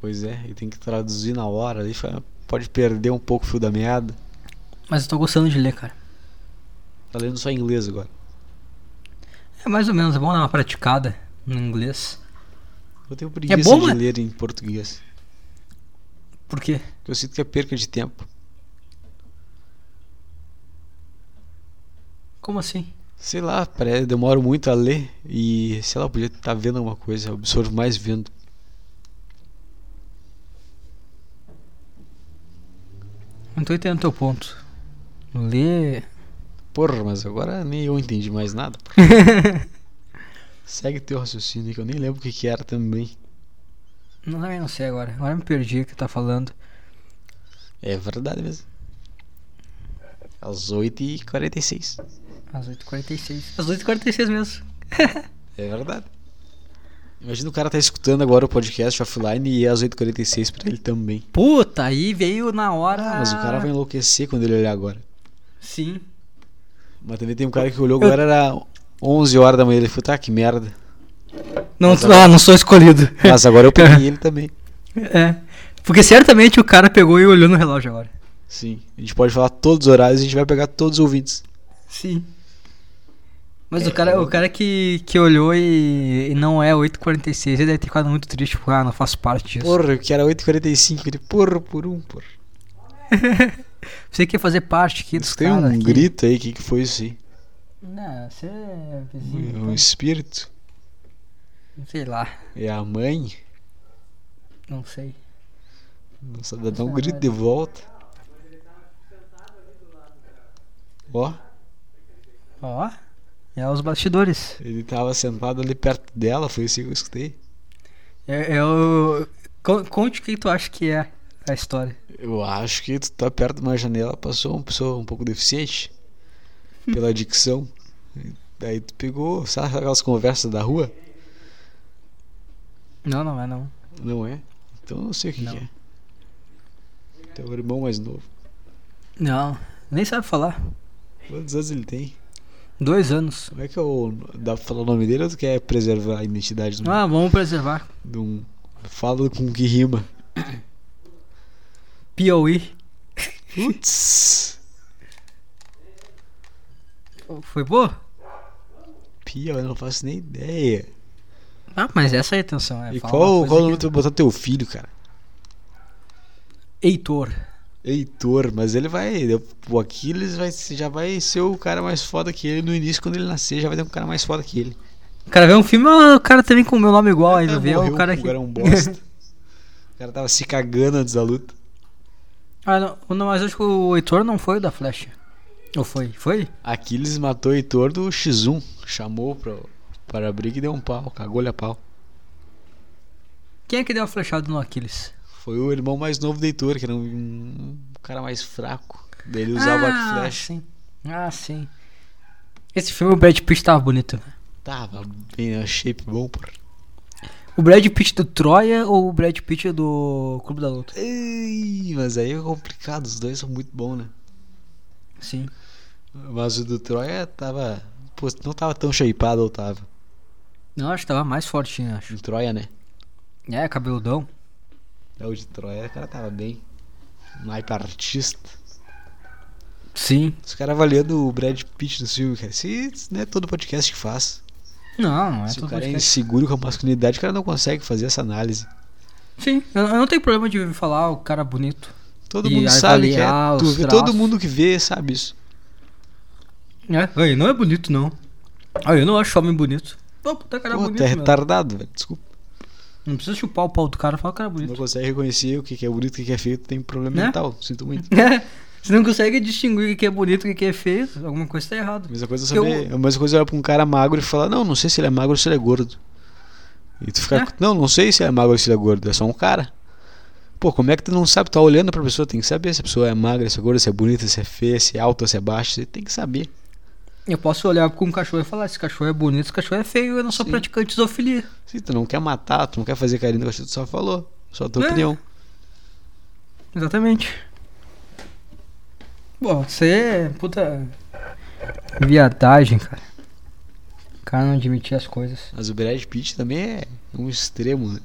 B: Pois é, e tem que traduzir na hora, aí fa- pode perder um pouco o fio da meada.
A: Mas eu tô gostando de ler, cara.
B: Tá lendo só inglês agora.
A: É mais ou menos, é bom dar uma praticada no inglês.
B: Eu tenho preguiça
A: bom,
B: de
A: mas-
B: ler em português.
A: Por quê?
B: Eu sinto que é perca de tempo.
A: Como assim?
B: Sei lá, parece, demoro muito a ler e sei lá, podia estar vendo alguma coisa, eu absorvo mais vendo.
A: Não tô entendendo teu ponto. Ler.
B: Porra, mas agora nem eu entendi mais nada. pô. Segue teu raciocínio que eu nem lembro o que, que era também.
A: Não, também não sei agora. Agora eu me perdi o que tá falando.
B: É verdade mesmo. Às 8h46.
A: Às 8h46. Às 8h46 mesmo.
B: É verdade. Imagina o cara tá escutando agora o podcast offline e é às 8h46 pra ele também.
A: Puta, aí veio na hora.
B: Ah, mas o cara vai enlouquecer quando ele olhar agora.
A: Sim.
B: Mas também tem um cara que olhou agora, era 11 horas da manhã. Ele falou, tá, que merda.
A: Não,
B: Mas
A: ah, não sou escolhido.
B: Mas agora eu peguei ele também.
A: é. Porque certamente o cara pegou e olhou no relógio agora.
B: Sim, a gente pode falar todos os horários, a gente vai pegar todos os ouvintes.
A: Sim. Mas
B: É,
A: o cara, o cara que, que olhou e, e não é 8h46, ele deve ter ficado muito triste, tipo, ah, não faço parte disso.
B: Porra, que era 8h45, ele, porra, por um, porra.
A: Você quer fazer parte aqui dos
B: Mas Tem
A: caras.
B: um
A: aqui.
B: grito aí, o que, que foi isso aí?
A: Não, você é
B: Um
A: vizinho.
B: espírito?
A: então, Sei lá,
B: É a mãe?
A: não sei.
B: Nossa, dá dá um grito de volta. Ó,
A: Ó, é os bastidores.
B: ele tava sentado ali perto dela, foi isso que eu escutei.
A: Eu. eu É, con- conte o que tu acha que é a história.
B: Eu acho que tu tá perto de uma janela, passou uma pessoa um pouco deficiente pela dicção. Daí tu pegou, sabe aquelas conversas da rua?
A: Não, não é não.
B: Não é? Então eu não sei o que,
A: Não.
B: que é. Teu irmão mais novo.
A: Não, nem sabe falar.
B: Quantos anos ele tem?
A: Dois anos.
B: Como é que é o. Dá pra falar o nome dele ou tu quer preservar a identidade do,
A: Ah, vamos preservar.
B: de um. Fala com o que rima.
A: Piauí.
B: Putz!
A: Foi boa?
B: Pia, eu não faço nem ideia.
A: Ah, mas essa é a intenção. É
B: e
A: falar
B: qual,
A: uma coisa
B: qual o nome
A: que-
B: tu vai botar teu filho, cara?
A: Heitor.
B: Heitor, mas ele vai. O Aquiles vai, se- já vai ser o cara mais foda que ele no início, quando ele nascer, já vai ter um cara mais foda que ele.
A: O cara vê um filme, ah, o cara também com o meu nome igual, aí vai
B: Ah,
A: ver é
B: morreu,
A: o cara
B: O
A: que.
B: cara é um bosta. o cara tava se cagando antes da luta.
A: Ah, não, não, mas acho que o Heitor não foi o da flecha. Ou foi? Foi?
B: Aquiles matou Heitor do X1. Chamou pra, para a briga e deu um pau. Cagou-lhe a pau.
A: Quem é que deu a flechada no Aquiles?
B: Foi o irmão mais novo do Heitor, que era um, um cara mais fraco. Daí ele usava
A: ah,
B: a flecha.
A: Sim. Ah, sim. Esse filme o Brad Pitt tava bonito. né?
B: Tava bem, né? shape bom, porra.
A: O Brad Pitt do Troia ou o Brad Pitt do Clube da Luta?
B: Ei, mas aí é complicado, os dois são muito bons, né?
A: Sim.
B: Mas o do Troia tava. Pô, não tava tão shapeado, Otávio.
A: Não, acho que tava mais fortinho, acho.
B: Do Troia, né?
A: É, cabeludão.
B: É o de Troia, o cara tava bem. Naipe artista.
A: Sim.
B: Os caras avaliando o Brad Pitt no filme, cara. Se se não é todo podcast que faz.
A: Não, não é
B: Se o
A: todo
B: cara é
A: podcast.
B: inseguro com a masculinidade, o cara não consegue fazer essa análise.
A: Sim, eu, eu não tenho problema de falar o cara bonito.
B: Todo
A: E
B: mundo sabe que é.
A: avaliar os
B: Tu vê,
A: traços.
B: todo mundo que vê sabe isso.
A: É, ele não é bonito, não. Ah, eu não acho homem bonito. Pô, puta cara
B: Pô,
A: bonito.
B: tu é
A: meu.
B: retardado, velho. Desculpa.
A: Não precisa chupar o pau do cara, fala o cara é
B: Tu não
A: bonito.
B: consegue reconhecer o que que é bonito, o que que é feio, tu tem problema
A: Né?
B: mental. Sinto muito.
A: Você não consegue distinguir o que é bonito e o que é feio, alguma coisa tá errada.
B: Mesma coisa é
A: Eu-
B: saber. A mesma coisa é olhar pra um cara magro e falar, não, não sei se ele é magro ou se ele é gordo. E tu ficar.
A: É.
B: Não, não sei se ele é magro ou se ele é gordo, é só um cara. Pô, como é que tu não sabe? Tu tá olhando pra pessoa, tem que saber se a pessoa é magra, se é gorda, se é bonita, se é feia, se é alta, se é baixa, você tem que saber.
A: Eu posso olhar com um cachorro e falar, esse cachorro é bonito, esse cachorro é feio, eu não sou
B: Sim.
A: praticante de zoofilia.
B: Se tu não quer matar, tu não quer fazer carinho, negócio tu só falou. Só a tua
A: É.
B: opinião.
A: Exatamente. Bom, você é puta viadagem, cara. O cara não admitir as coisas.
B: Mas o Brad Pitt também é um extremo, né?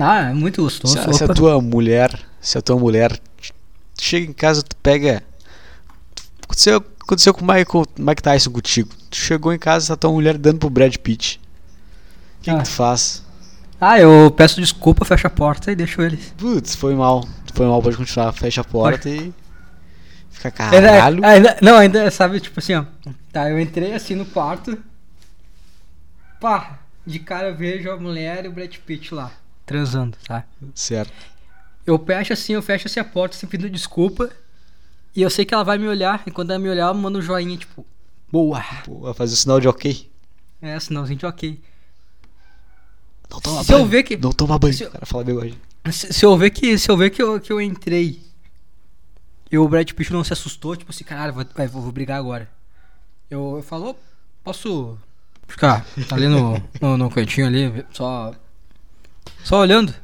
A: Ah, é muito gostoso.
B: se, a- se a
A: Opa.
B: tua mulher, se a tua mulher te- chega em casa, tu pega. Aconteceu, aconteceu com o Michael, Mike Tyson contigo. Tu chegou em casa, tá tua mulher dando pro Brad Pitt. O que,
A: Ah.
B: que tu faz?
A: Ah, eu peço desculpa, fecho a porta e deixo eles.
B: Putz, foi mal. Foi mal, pode continuar. Fecha a porta e. Fica
A: Ainda- é-
B: caralho.
A: ainda- não, ainda, sabe, tipo assim, ó. Tá, eu entrei assim no quarto. Pá, de cara eu vejo a mulher e o Brad Pitt lá, transando, tá?
B: Certo.
A: Eu fecho assim, eu fecho assim a porta, sem pedindo desculpa. E eu sei que ela vai me olhar, e quando ela me olhar, ela manda um joinha, tipo, boa.
B: Pô, vai fazer o sinal de ok.
A: É, sinalzinho de ok.
B: Não toma
A: Se eu
B: banho.
A: ver que-
B: Não toma banho.
A: se eu-
B: O cara fala bem hoje.
A: Se, se eu ver que se eu ver que eu, que eu entrei e o Brad Pitt não se assustou, tipo assim, caralho, vou, vai, vou, vou brigar agora. Eu, eu falo, "Ô, posso ficar ali no, no, no cantinho ali, só. Só olhando.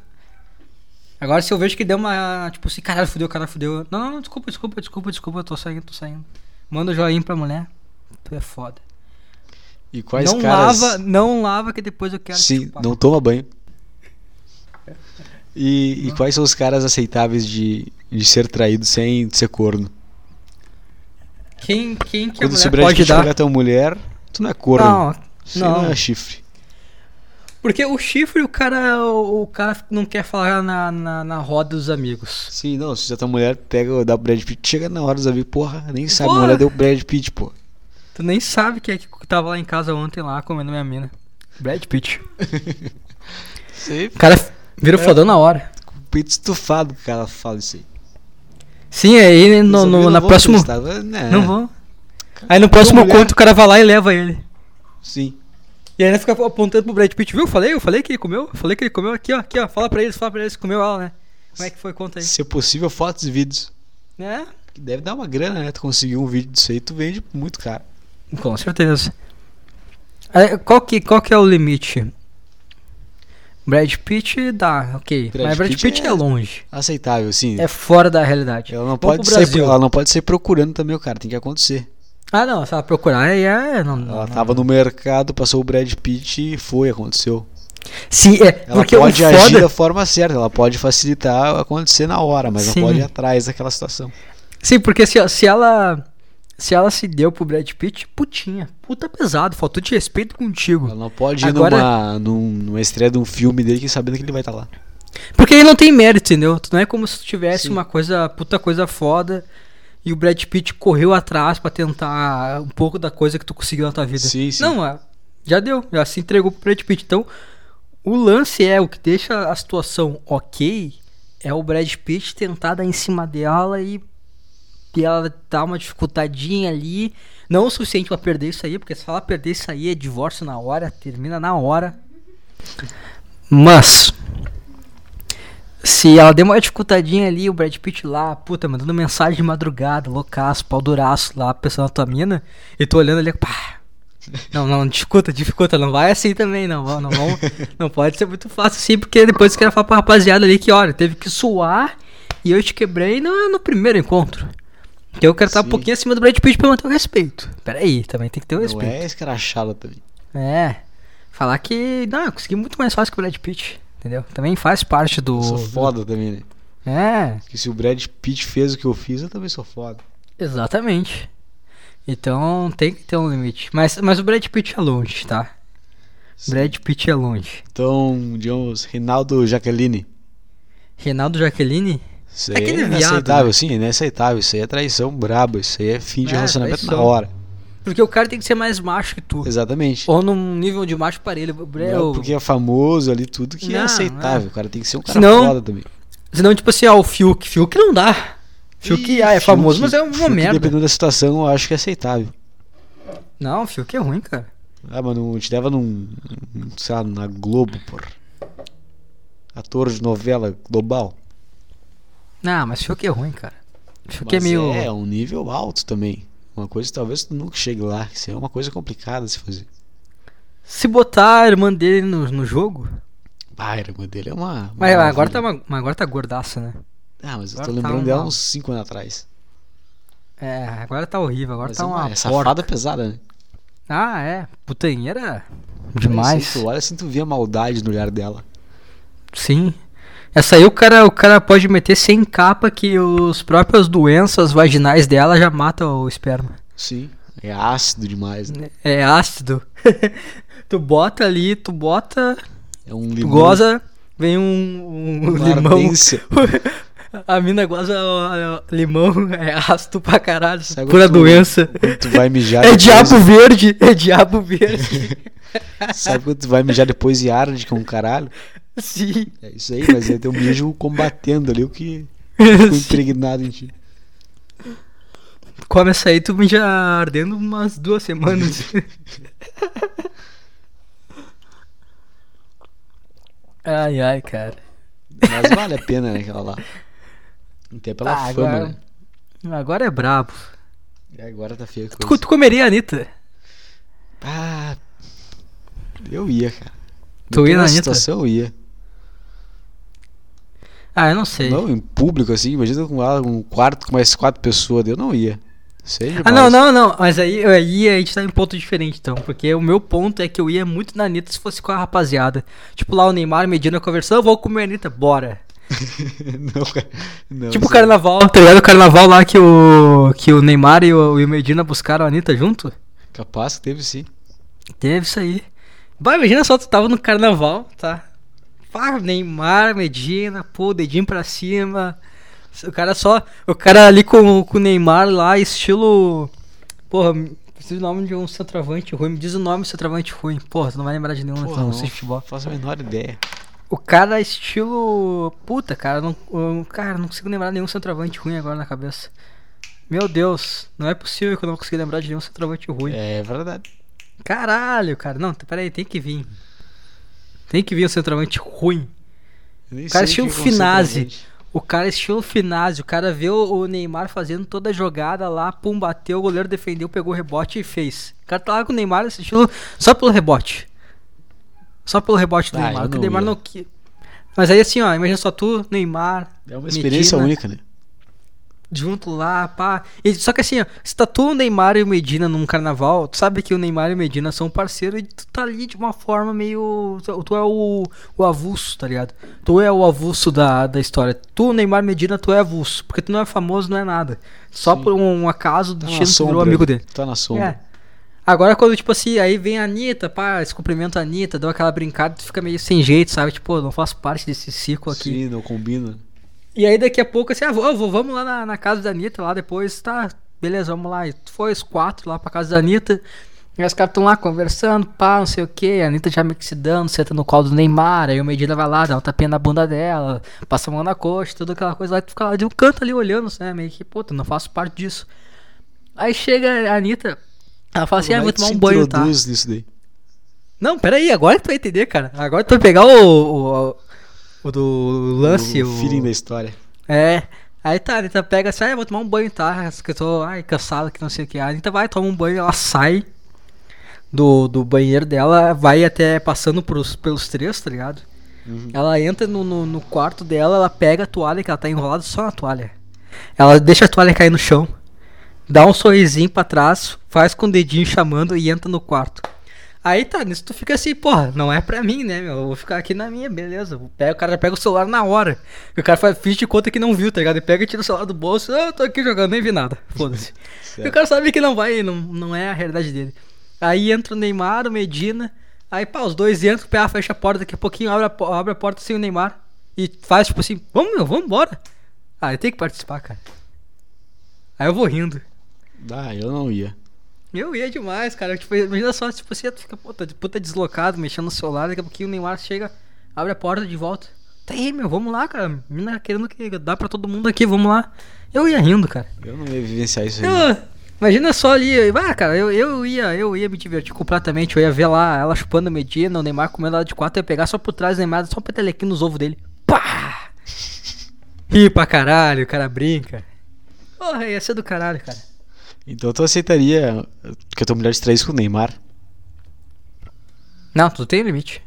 A: Agora se eu vejo que deu uma. Tipo assim, caralho, fudeu, cara fudeu. eu, Não, não, não, desculpa, desculpa, desculpa, desculpa, eu tô saindo, tô saindo. Manda o joinha pra mulher. Tu é foda.
B: E quais
A: não
B: caras.
A: lava, não lava que depois eu quero te
B: Sim,
A: chupar.
B: não toma banho. E, e quais são os caras aceitáveis de, de ser traído sem ser corno?
A: Quem, quem que a
B: Quando
A: mulher
B: sobrar
A: pode
B: de
A: dar?
B: pegar tua mulher, tu não é corno.
A: Não,
B: Você
A: não.
B: não. é chifre.
A: Porque o chifre, o cara, o, o cara não quer falar na, na, na roda dos amigos.
B: Sim, não. Se a tua mulher pega dá o Brad Pitt, chega na hora dos amigos, porra, nem sabe, a
A: Porra.
B: mulher deu Brad Pitt, pô.
A: Tu nem sabe quem é que tava lá em casa ontem lá comendo minha mina. Brad Pitt.
B: Sei.
A: O cara vira fodão na hora.
B: Peito estufado que o cara fala isso aí.
A: Sim, aí no,
B: Os
A: no-
B: amigos não
A: na
B: vão
A: próxima.
B: acreditar, mas, né,
A: Não vão. Aí no próximo
B: mulher.
A: conto o cara vai lá e leva ele.
B: Sim.
A: E aí ele fica apontando pro Brad Pitt, viu? Falei, eu falei que ele comeu, falei que ele comeu aqui, ó, aqui, ó. Fala pra eles, fala pra eles, comeu ela, né? Como é que foi? Conta aí.
B: Se é possível, fotos e vídeos.
A: Né?
B: Que deve dar uma grana, né? Tu conseguir um vídeo disso aí, tu vende muito caro.
A: Com certeza. É, Qual que, qual que é o limite? Brad Pitt dá, ok.
B: Brad
A: mas Brad
B: Pitt
A: Pitt, é...
B: é-
A: longe.
B: Aceitável, sim.
A: É fora da realidade.
B: Ela não,
A: Vamos
B: pode
A: pro
B: sair,
A: Brasil.
B: ela não pode sair procurando também o cara, tem que acontecer.
A: Ah, não, se ela procurar, aí é. Não, não,
B: Ela tá-
A: não.
B: tava no mercado, passou o Brad Pitt e foi, aconteceu.
A: Sim, é.
B: Ela
A: porque
B: pode
A: o
B: agir
A: foda.
B: da forma certa, ela pode facilitar acontecer na hora, mas
A: Sim.
B: não pode ir atrás daquela situação.
A: Sim, porque se, se ela. Se ela se deu pro Brad Pitt, putinha. Puta pesado, faltou de respeito
B: Ela
A: contigo.
B: não pode ir
A: Agora-
B: numa, num- numa estreia de um filme dele que sabendo que ele vai estar lá.
A: Porque aí não tem mérito, entendeu? Tu Não é como se tu tivesse
B: Sim.
A: uma coisa, puta coisa foda. E o Brad Pitt correu atrás pra tentar um pouco da coisa que tu conseguiu na tua vida.
B: Sim, sim.
A: Não, é, já deu, já se entregou pro Brad Pitt. Então, o lance é o que deixa a situação ok é o Brad Pitt tentar dar em cima dela e, e ela dar uma dificultadinha ali, não o suficiente pra perder isso aí, porque se ela perder isso aí é divórcio na hora, termina na hora. Mas se ela der uma dificultadinha ali, o Brad Pitt lá, puta, mandando mensagem de madrugada, loucaço, pau duraço lá, pensando na tua mina, e tu olhando ali, pá, não, não, dificulta, dificulta, não vai assim também, não. vamos- Não, vamos- não pode ser muito fácil assim, porque depois queria falar pra rapaziada ali que, olha, teve que suar e eu te quebrei no, no primeiro encontro. Então eu quero estar um
B: Sim.
A: pouquinho acima do Brad Pitt pra manter o respeito. Pera aí, também tem que ter o
B: Não
A: respeito.
B: é escrachada também.
A: É. Falar que. Não, eu consegui muito mais fácil que o Brad Pitt. Entendeu? Também faz parte do.
B: Eu sou foda também, né?
A: É,
B: Que se o Brad Pitt fez o que eu fiz, eu também sou foda.
A: exatamente. Então tem que ter um limite. Mas, mas o Brad Pitt é longe, tá?
B: Sim.
A: Brad Pitt é longe.
B: Então, digamos, Reinaldo Jaqueline.
A: Reinaldo Jaqueline?
B: Isso
A: É
B: aí
A: aquele
B: é
A: viado,
B: inaceitável,
A: né?
B: sim, é inaceitável. Isso aí é traição braba, isso aí é fim de
A: É,
B: relacionamento na
A: traição.
B: hora.
A: Porque o cara tem que ser mais macho que tu.
B: Exatamente.
A: Ou num nível de macho parelho.
B: Não é porque é famoso ali, tudo que é
A: Não,
B: aceitável. O cara tem que ser um cara
A: Senão-
B: foda também.
A: Senão, tipo assim, ah, o Fiuk. Fiuk não dá. Fiuk
B: Ih,
A: ah, é
B: Fiuk-
A: famoso, mas é uma
B: Fiuk,
A: merda.
B: Dependendo da situação, eu acho que é aceitável.
A: Não, Fiuk é ruim, cara.
B: Ah, mas não te leva num. num, sei lá, na Globo, porra. Ator de novela global.
A: Não, mas Fiuk é ruim, cara. Fiuk é
B: Mas
A: meio.
B: é um nível alto também. Uma coisa que talvez tu nunca chegue lá. Isso é uma coisa complicada de se fazer.
A: Se botar a irmã dele no, no jogo.
B: Ah, a irmã dele é uma. uma
A: Mas agora tá,
B: maravilha.
A: uma, mas agora tá gordaça, né?
B: Ah, mas eu
A: agora
B: tô
A: tá
B: lembrando dela
A: uma-
B: uns 5 anos atrás.
A: É, agora tá horrível, agora
B: Mas
A: tá
B: é
A: uma.
B: é
A: porca.
B: safada pesada, né?
A: Ah, é. Putanheira demais.
B: Assim, tu olha assim, tu vê a maldade no olhar dela.
A: Sim. Essa aí o cara, o cara pode meter sem capa que os próprias doenças vaginais dela já matam o esperma.
B: Sim. É ácido demais, né?
A: É ácido. tu bota ali, tu bota,
B: É um
A: tu
B: limão.
A: goza, vem um, um
B: uma
A: limão.
B: ardência.
A: A mina goza ó, ó, limão, é ácido pra caralho,
B: Sabe
A: pura
B: quando tu-
A: doença.
B: Quando tu vai mijar.
A: É
B: depois-
A: diabo verde, é diabo verde.
B: Sabe quando tu vai mijar depois e arde que é um caralho?
A: Sim.
B: É isso aí, mas é teu mijo combatendo ali o que ficou
A: Sim.
B: impregnado em ti.
A: Come essa aí, tu me já ardendo umas duas semanas. ai, ai, cara.
B: Mas vale a pena, né, aquela lá. Até pela
A: Ah,
B: fama,
A: agora-
B: né?
A: Agora é brabo.
B: É, agora tá feia a
A: Tu,
B: coisa.
A: tu comeria a Anitta?
B: Ah, eu ia, cara.
A: Tu ia na
B: Dependendo da
A: Anitta?
B: situação, eu ia.
A: Ah, eu não sei.
B: Não, em público, assim, imagina com ela, um quarto com mais quatro pessoas, eu não ia. Seja
A: ah, não, não, não. Mas aí, aí a gente tá em ponto diferente, então. Porque o meu ponto é que eu ia muito na Anitta se fosse com a rapaziada. Tipo lá o Neymar, Medina conversando, eu vou comer a Anitta, bora.
B: não, cara. Não,
A: tipo o
B: sei.
A: carnaval, tá ligado? O carnaval lá que o, que o Neymar e o, e o Medina buscaram a Anitta junto?
B: é, Capaz que teve sim.
A: Teve isso aí. Bah, imagina só, tu tava no carnaval, tá? Pá, Neymar, Medina, pô, dedinho pra cima. O cara só. O cara ali com, com o Neymar lá, estilo. Porra, me- preciso do nome de um centroavante ruim. Me diz o nome do centroavante ruim. Porra, tu não vai lembrar de nenhum, né? Tu não, assiste futebol.
B: faço a menor ideia.
A: O cara estilo. Puta, cara, não, eu- cara, não consigo lembrar nenhum centroavante ruim agora na cabeça. Meu Deus, não é possível que eu não consiga lembrar de nenhum centroavante ruim.
B: É verdade.
A: Caralho, cara. Não, t- peraí, tem que vir. Tem que vir o centroavante ruim.
B: Eu nem
A: O cara
B: sei
A: assistiu
B: que
A: o
B: aconteceu com a
A: Finazzi.
B: gente.
A: O cara é estilo finazio. O cara vê o o Neymar fazendo toda a jogada lá, pum, bateu, o goleiro defendeu, pegou o rebote e fez. O cara tá lá com o Neymar nesse estilo só pelo rebote. Só pelo rebote do
B: Ah, eu
A: Neymar. Que o
B: não
A: Neymar
B: ia.
A: não quis. Mas aí assim, ó, imagina só tu, Neymar,
B: É uma experiência
A: Medina.
B: única, né?
A: junto lá, pá. E, só que assim, ó, se tá tu, o Neymar e o Medina num carnaval, tu sabe que o Neymar e o Medina são parceiros e tu tá ali de uma forma meio. Tu tu é o, o avulso, tá ligado? Tu é o avulso da, da história. Tu, Neymar Medina, tu é avulso. Porque tu não é famoso, não é nada. Só
B: Sim.
A: por um acaso do
B: Tá
A: destino
B: na
A: tu
B: sombra.
A: virou amigo
B: ali.
A: dele.
B: Tá na
A: É.
B: sombra.
A: Agora quando, tipo assim, aí vem a Anitta, pá, eles cumprimentam a Anitta, dão aquela brincada, tu fica meio sem jeito, sabe? Tipo, eu não faço parte desse ciclo aqui.
B: Sim, não combina.
A: E aí daqui a pouco assim, ah, vou, vou- vamos lá na, na casa da Anitta lá depois, tá? Beleza, vamos lá. E foi os quatro lá pra casa da Anitta. E os caras tão lá conversando, pá, não sei o que. A Anitta já meio que se dando, senta no colo do Neymar. Aí o Medina vai lá, dá um tapinha na bunda dela, passa a mão na coxa, tudo aquela coisa lá. e Tu fica lá de um canto ali olhando, né? Meio que, puta, não faço parte disso. Aí chega a Anitta, ela fala assim, ah,
B: Como
A: vou
B: é que
A: tomar
B: se
A: um banho, tá?
B: introduz nisso daí.
A: Não, peraí, agora tu vai entender, cara. Agora tu vai pegar o. o, o do lance,
B: o,
A: o.
B: feeling da história.
A: É. Aí tá, a Anitta pega assim, ah, eu vou tomar um banho, tá? Que eu tô ai, cansada, que não sei o que. A Anitta vai, toma um banho, ela sai do, do banheiro dela, vai até passando pros, pelos três, tá ligado?
B: Uhum.
A: Ela entra no, no, no quarto dela, ela pega a toalha, que ela tá enrolada só na toalha. Ela deixa a toalha cair no chão. dá um sorrisinho pra trás, faz com o dedinho chamando e entra no quarto. Aí tá, nisso tu fica assim, porra, não é pra mim, né, meu? Eu vou ficar aqui na minha, beleza. Pega, o cara pega o celular na hora. E o cara faz, finge de conta que não viu, tá ligado? Ele pega e tira o celular do bolso, ah, eu tô aqui jogando, nem vi nada. Foda-se. e o cara sabe que não vai, não, não é a realidade dele. Aí entra o Neymar, o Medina. Aí, pá, os dois entram, o PA fecha a porta, daqui a pouquinho abre a, po- abre a porta sem o Neymar. E faz tipo assim, vamos, meu, vamos embora. Ah, eu tenho que participar, cara. Aí eu vou rindo.
B: Ah, eu não ia.
A: Eu ia demais, cara. Tipo, imagina só, tipo, você fica puta, puta deslocado, mexendo no celular, daqui a pouquinho o Neymar chega, abre a porta de volta. Tá aí, meu, vamos lá, cara. Mina querendo que dá pra todo mundo aqui, vamos lá. Eu ia rindo, cara.
B: Eu não ia vivenciar isso aí.
A: Eu- imagina só ali, eu- ah, cara, eu, eu ia, eu ia me divertir completamente, eu ia ver lá ela chupando a Medina, o Neymar comendo ela de quatro, eu ia pegar só por trás do Neymar, só um petelequinho nos ovos dele. Pá! Ri pra caralho, o cara brinca. Porra, ia ser do caralho, cara.
B: Então tu aceitaria que um a tua mulher te traísse com o Neymar?
A: Não, tu tem limite.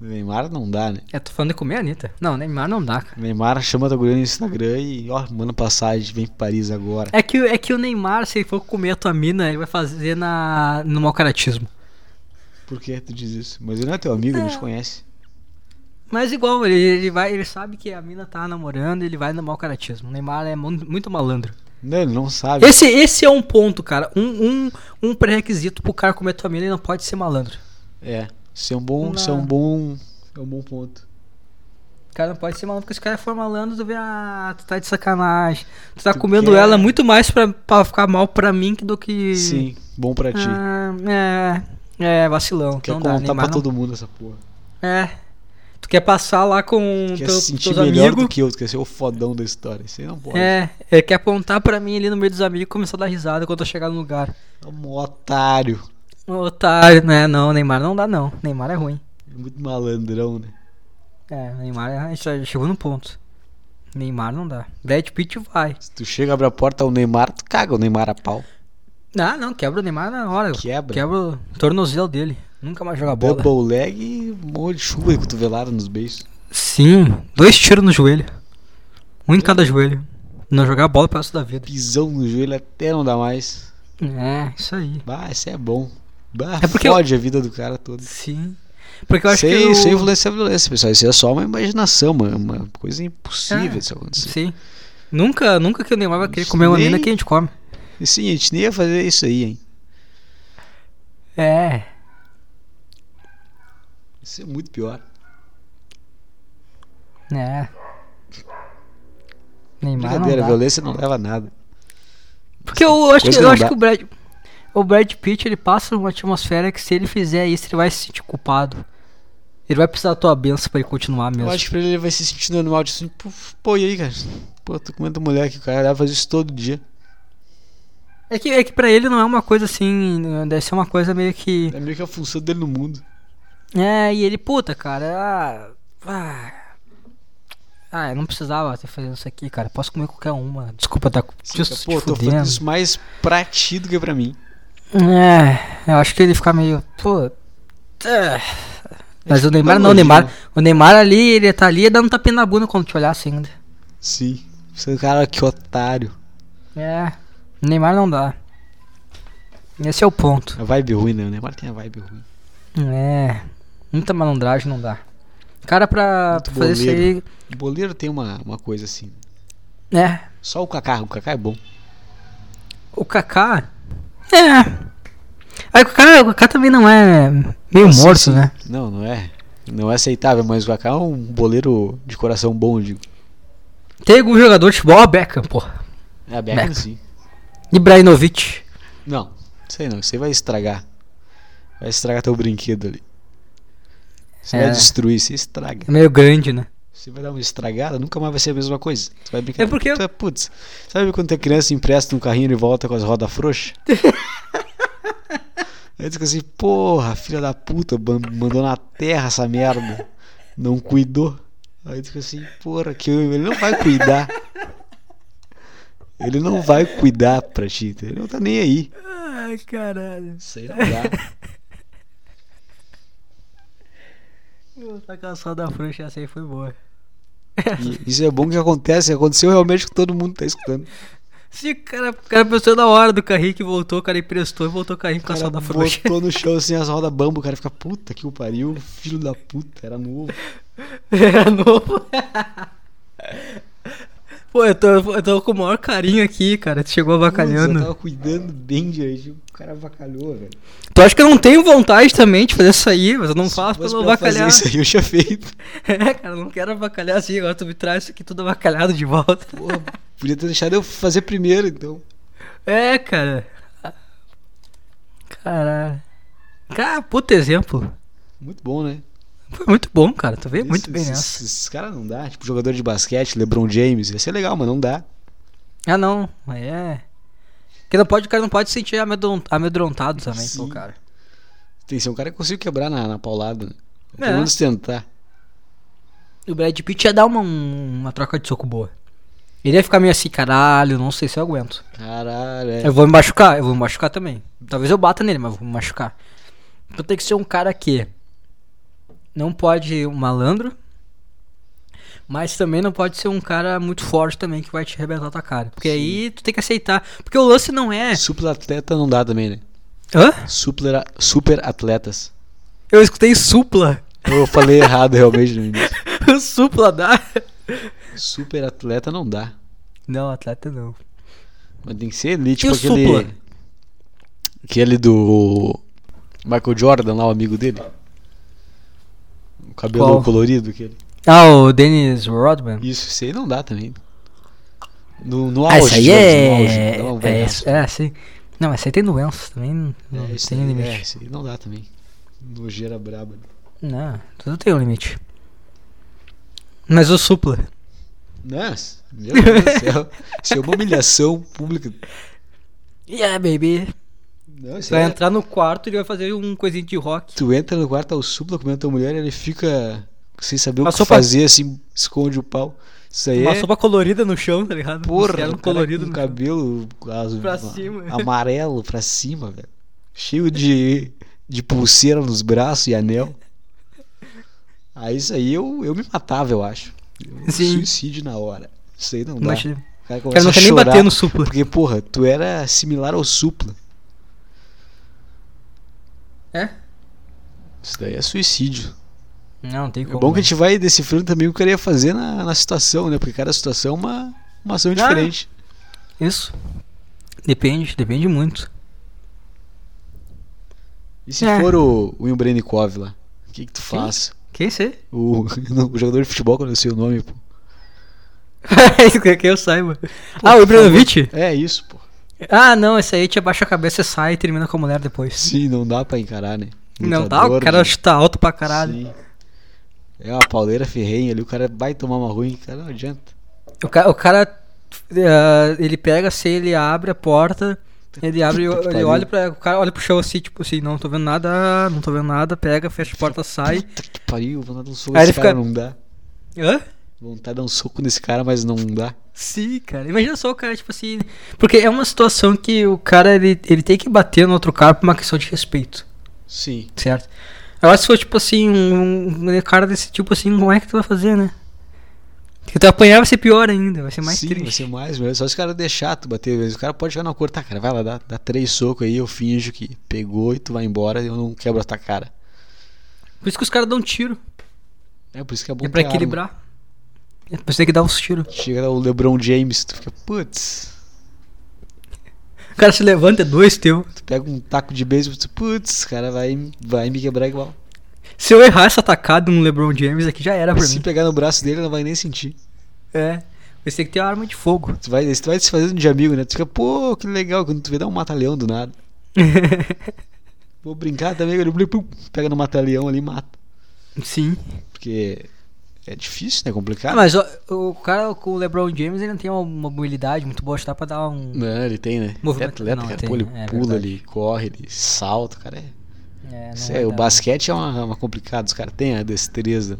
B: O Neymar não dá, né?
A: Eu É, tô falando de comer a Anitta. Não, Neymar não dá, cara.
B: O Neymar chama a tua guria no Instagram e, ó, manda passagem, vem pra Paris agora.
A: É que, é que o Neymar, se ele for comer a tua mina, ele vai fazer na, no mau caratismo.
B: Por que tu diz isso? Mas ele não é teu amigo, ele te conhece.
A: Mas igual, ele, ele, vai, ele sabe que a mina tá namorando, ele vai no mau caratismo. O Neymar é mun- muito malandro.
B: Não, ele não sabe.
A: Esse, esse é um ponto, cara. Um, um, um pré-requisito pro cara comer a tua mina, ele não pode ser malandro.
B: É, isso é um bom. Isso é
A: Não.
B: um bom. É um bom ponto.
A: O cara não pode ser malandro, porque se o cara for malandro, tu vê, ah, tu tá de sacanagem. Tu tá
B: Tu
A: comendo
B: quer-
A: ela muito mais pra, pra ficar mal pra mim do que.
B: Sim, bom pra ti.
A: Ah, é, é, vacilão.
B: Quer
A: não dá,
B: contar
A: Neymar
B: pra
A: não
B: todo mundo essa porra.
A: É. Tu quer passar lá com
B: Quer
A: teu-
B: se sentir
A: Então, teus
B: melhor
A: amigos.
B: do que eu, tu quer ser o fodão da história. Isso aí não pode. É.
A: É, ele quer apontar pra mim ali no meio dos amigos e começar a dar risada quando eu chegar no lugar.
B: um otário.
A: Ô, Otário, né? Não, Neymar não dá não. Neymar é ruim.
B: É muito malandrão, né?
A: É, Neymar é- a gente já chegou no ponto. Neymar não dá. Brad Pitt vai.
B: Se tu chega, abre a porta, o Neymar, tu caga o Neymar a pau.
A: Ah, não, quebra o Neymar na hora.
B: Quebra.
A: Quebra o tornozelo dele. Nunca mais joga bola.
B: Double leg e um monte de chuva e cotovelada nos beijos.
A: Sim, dois tiros no joelho. Um em cada joelho. Não jogar bola pro resto da vida.
B: Pisão no joelho até não dá mais.
A: É, isso aí.
B: Bah, isso é bom. Bah,
A: É porque eu-
B: fode a vida do cara todo.
A: Sim. Porque eu acho
B: sem,
A: que. o-
B: sem influência da violência, pessoal. Isso é só uma imaginação, uma, uma coisa impossível
A: É.
B: isso acontecer.
A: Sim. Nunca, nunca que o Neymar vai querer comer uma
B: Nem-
A: mina que a gente come.
B: E sim, a gente nem ia fazer isso aí, hein?
A: É.
B: Isso é muito pior.
A: É. Neymar não
B: Brincadeira,
A: dá.
B: violência não leva a nada.
A: Porque eu acho que,
B: Coisa
A: eu
B: não
A: acho
B: dá.
A: que o Brad o Brad Pitt ele passa uma atmosfera que se ele fizer isso ele vai se sentir culpado. Ele vai precisar da tua benção pra ele continuar mesmo.
B: Eu acho que pra ele ele vai se sentindo anual, tipo assim, pô, pô, e aí, cara? Pô, tô comendo mulher aqui, o cara deve fazer isso todo dia.
A: É que é que para ele não é uma coisa assim, deve ser uma coisa meio que
B: É meio que a função dele no mundo.
A: é, e ele puta, cara. ah, Ah, ah, eu não precisava ter fazendo isso aqui, cara. Posso comer qualquer uma. Desculpa tá
B: Assim,
A: te
B: pô, tô
A: fudendo.
B: fazendo isso mais pra ti do que pra mim.
A: É, eu acho que ele fica meio. Pô. é. Mas
B: Acho
A: o
B: que
A: Neymar
B: tá
A: não, o
B: longe,
A: Neymar.
B: né?
A: O Neymar ali, ele tá ali dando um tapinha na bunda quando te assim, né? olhasse ainda.
B: Sim. Você é um cara que otário.
A: É. O Neymar não dá. Esse é o ponto.
B: A vibe ruim, né? O Neymar tem a vibe ruim.
A: É. Muita malandragem não dá. Cara, pra
B: Muito
A: fazer isso
B: O boleiro tem uma, uma coisa assim.
A: aí. É.
B: Só o Kaká, o Kaká é bom.
A: O Kaká. É. Aí o Kaká, o Kaká também não é meio
B: Sim,
A: morto,
B: sim.
A: né?
B: Não, não é. Não é aceitável, mas o Kaká é um boleiro de coração bom, eu digo.
A: Tem algum jogador de futebol, ó, Beckham, porra.
B: É a Beckham,
A: Beckham.
B: sim.
A: Ibrahimovic.
B: Não, sei não, você vai estragar. Vai estragar teu brinquedo ali. Você
A: É.
B: vai destruir, você estraga.
A: É meio grande, né?
B: Você vai dar uma estragada, nunca mais vai ser a mesma coisa. Você vai brincar.
A: É porque-
B: Tu é- putz, sabe quando tu é criança empresta um carrinho e volta com as rodas frouxas? Aí tu fica assim, porra, filha da puta, ban- mandou na terra essa merda. Não cuidou. Aí tu fica assim, porra, que eu- ele não vai cuidar. Ele não vai cuidar pra ti, entendeu? ele não tá nem aí.
A: Ai, caralho.
B: Isso aí não dá.
A: Essa calçada frouxa essa aí foi boa.
B: E isso é bom que acontece, aconteceu realmente com todo mundo que tá escutando.
A: Sim, cara, o cara pensou na hora do carrinho que voltou, o cara emprestou e voltou o carrinho com a
B: cara
A: roda frouxa.
B: botou no chão assim as rodas bambu, o cara fica, puta que o pariu, filho da puta, era novo.
A: Era É, novo. Pô, eu tô, eu tô com o maior carinho aqui, cara. Tu chegou
B: Putz, eu
A: avacalhando.
B: tava cuidando bem direitinho, o cara avacalhou, velho.
A: Tu acha que eu não tenho vontade também de fazer isso aí, mas eu não
B: Se
A: faço pra
B: fosse
A: não
B: pra eu
A: avacalhar.
B: Fazer isso aí eu tinha feito.
A: É, cara, eu não quero avacalhar assim, agora tu me traz isso aqui tudo avacalhado de volta.
B: Porra, podia ter deixado eu fazer primeiro, então.
A: É, cara. Caralho. Cara, puta exemplo.
B: Muito bom, né?
A: Foi muito bom, cara. Tu vê muito
B: Esses-
A: bem nessa.
B: Esses, esses caras não dá, tipo jogador de basquete, LeBron James, ia ser legal, mas não dá.
A: Ah, não. Aí é. Porque não pode, o cara não pode se sentir amedron- amedrontado também, pô,
B: Sim.
A: cara.
B: Tem que ser um cara que consiga quebrar na, na paulada, né? Ou
A: É.
B: Pelo menos tentar.
A: E o Brad Pitt ia dar uma, um- uma troca de soco boa. Ele ia ficar meio assim, caralho, não sei se eu aguento.
B: Caralho, é.
A: Eu vou me machucar, eu vou me machucar também. Talvez eu bata nele, mas vou me machucar. Então tem que ser um cara que não pode ser um malandro, mas também não pode ser um cara muito forte também que vai te arrebentar tua cara. Porque aí tu tem que aceitar. Porque o lance não é.
B: Super atleta não dá também, né?
A: Hã?
B: Super, a- super atletas.
A: Eu escutei supla.
B: Eu falei errado realmente no início.
A: supla dá.
B: Super atleta não dá.
A: Não, atleta não.
B: Mas tem que ser ali, tipo
A: o
B: aquele.
A: supla?
B: Aquele do. Michael Jordan lá, o amigo dele. O cabelo
A: Qual?
B: colorido aquele.
A: Ah, o Dennis Rodman.
B: Isso, isso aí não dá também. No, no
A: Ah,
B: auge,
A: isso aí
B: digamos, no
A: é.
B: auge, então, não,
A: É,
B: velhaço.
A: é, é, sim. Não, mas isso aí tem doença também. Não
B: É, isso
A: tem
B: aí,
A: limite.
B: é, isso aí não dá também. Nojeira braba.
A: Não, tudo tem um limite. Mas o supla.
B: Nossa, meu Deus do céu. Isso é uma humilhação pública.
A: Yeah, baby.
B: Não, isso
A: Vai
B: é-
A: entrar no quarto e ele vai fazer um coisinho de rock.
B: Tu entra no quarto, tá o supla comendo tua mulher ele fica sem saber
A: Uma
B: o que
A: sopa-
B: fazer, assim, esconde o pau. Isso aí
A: Uma
B: é.
A: sopa colorida no chão, tá ligado? Um
B: Porra,
A: cielo
B: um
A: colorido
B: colorido com
A: no chão.
B: cabelo as-
A: Pra
B: a-
A: cima.
B: amarelo pra cima, velho. Cheio de, de pulseira nos braços e anel. Aí isso aí eu, eu me matava, eu acho. Eu-
A: Sim.
B: Suicídio na hora. Isso aí não dá.
A: Mas-
B: O cara
A: O cara
B: começa
A: não
B: a
A: quer nem
B: chorar,
A: bater no supla.
B: Porque, porra, tu era similar ao supla.
A: É?
B: Isso daí é suicídio.
A: Não, não tem
B: É
A: como.
B: bom que a gente vai decifrando também o que eu queria fazer na, na situação, né? Porque cada situação é uma,
A: Ah.
B: uma ação diferente.
A: Isso. Depende, depende muito.
B: E se
A: É.
B: for o, o Embrenikov lá? O que, que tu faz?
A: Quem é ser?
B: O, não, o jogador de futebol, quando eu sei o nome, pô.
A: que eu saiba. ah, o Ibrahimovic?
B: É isso, pô.
A: Ah, não, esse aí te abaixa a cabeça, sai e termina com a mulher depois.
B: Sim, não dá pra encarar, né?
A: não dá, o
B: Lutador,
A: cara
B: né?
A: chuta alto pra caralho.
B: Sim. É uma pauleira ferrenha ali, o cara vai tomar uma ruim, cara, não adianta.
A: O, ca- o cara, eh, ele pega assim, ele abre a porta, ele abre,
B: Puta que
A: ele
B: pariu.
A: olha para o cara olha pro chão assim, tipo assim, não tô vendo nada, não tô vendo nada, pega, fecha a porta, sai.
B: Puta que pariu, vou dar um soco
A: Aí ele
B: nesse cara,
A: fica-
B: não dá.
A: Hã?
B: Vontade de dar um soco nesse cara, mas não dá.
A: Sim, cara. Imagina só o cara, tipo assim. Porque é uma situação que o cara ele, ele tem que bater no outro cara por uma questão de respeito,
B: Sim.
A: certo? Agora se for tipo assim, um, um cara desse tipo assim, como é que tu vai fazer, né? Porque tu apanhar vai ser pior ainda, vai ser mais
B: Sim, vai
A: triste.
B: ser mais mesmo. Só se o cara der chato bater. mas O cara pode chegar na cor, tá, cara, vai lá, dá, dá três socos aí, eu finjo que pegou e tu vai embora e eu não quebro a tua cara.
A: Por isso que os caras dão um tiro.
B: É por isso que é bom
A: É pra
B: ter arma.
A: equilibrar. É, Você tem que dar uns tiros.
B: Chega o LeBron James, tu fica, putz.
A: O cara se levanta, é dois teu.
B: Tu pega um taco de beisebol, tu, putz, cara, vai, vai me quebrar igual.
A: Se eu errar essa atacada no LeBron James aqui, já era pra
B: Se
A: mim.
B: pegar no braço dele, não vai nem sentir.
A: É. Você tem que ter uma arma de fogo.
B: Tu vai, tu vai se fazendo de amigo, né? Tu fica, pô, que legal, quando tu vê, dá um mata-leão do nada. Vou brincar também, ele blim, pum, pega no mata-leão ali e mata.
A: Sim.
B: Porque é difícil, né? É
A: Ah,
B: complicado.
A: mas o, o cara com o LeBron James, ele não tem uma mobilidade muito boa, dá pra dar um.
B: Não, ele tem, né? Ele é
A: Movimento-
B: atleta,
A: não,
B: cara.
A: tem,
B: Pô, ele
A: é
B: pula,
A: verdade.
B: ele corre, ele salta, cara. É,
A: É, não
B: Isso
A: vai
B: é- o
A: dar.
B: basquete é uma, uma complicada, os caras têm a destreza.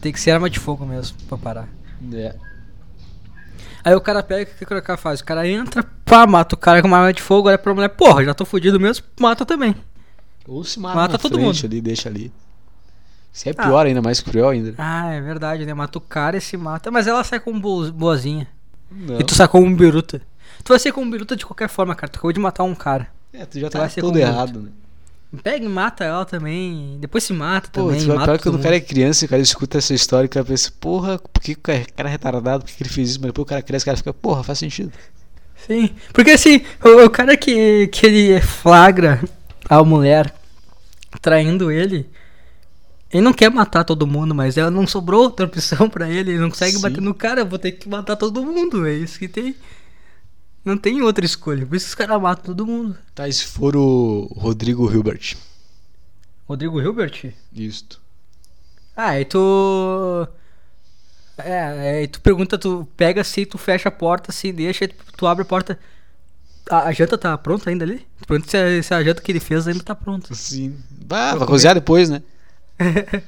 A: Tem que ser arma de fogo mesmo pra parar.
B: É.
A: Aí o cara pega, o que, que o cara faz? O cara entra, pá, mata o cara com uma arma de fogo, olha pra mulher, porra, já tô fudido mesmo, mata também.
B: Ou se mata,
A: Mata
B: na
A: todo
B: frente
A: mundo.
B: ali, deixa ali. Isso é pior ainda, mais cruel ainda.
A: Ah, é verdade, né? Mata o cara e se mata. Mas ela sai com bo- um boazinha.
B: Não.
A: E tu sacou um biruta. Tu vai ser como biruta de qualquer forma, cara. Tu acabou de matar um cara.
B: É, tu já
A: Vai
B: tá
A: ser
B: todo
A: com um
B: errado, né?
A: Pega e mata ela também. Depois se mata
B: Pô,
A: também.
B: tu vai
A: mata
B: pior que
A: todo
B: quando o
A: mundo.
B: cara é criança e o cara escuta essa história, o cara pensa, porra, por que que o cara cara é retardado, por que que ele fez isso? Mas depois o cara cresce, o cara fica, porra, faz sentido.
A: Sim. Porque assim, o, o cara que, que ele flagra a mulher traindo ele. Ele não quer matar todo mundo, mas ela não sobrou outra opção pra ele. Ele não consegue
B: Sim.
A: bater no cara. Eu vou ter que matar todo mundo. É isso que tem. Não tem outra escolha. Por isso que os caras matam todo mundo.
B: Tá, e se for o Rodrigo Hilbert.
A: Rodrigo Hilbert?
B: Isto.
A: Ah, e tu. É, aí tu pergunta, tu pega assim, tu fecha a porta assim, deixa, aí tu, tu abre a porta. A, a janta tá pronta ainda ali? Tu Pergunta se a, se a janta que ele fez ainda tá pronta.
B: Sim. Ah, vai cozinhar depois, né?
A: O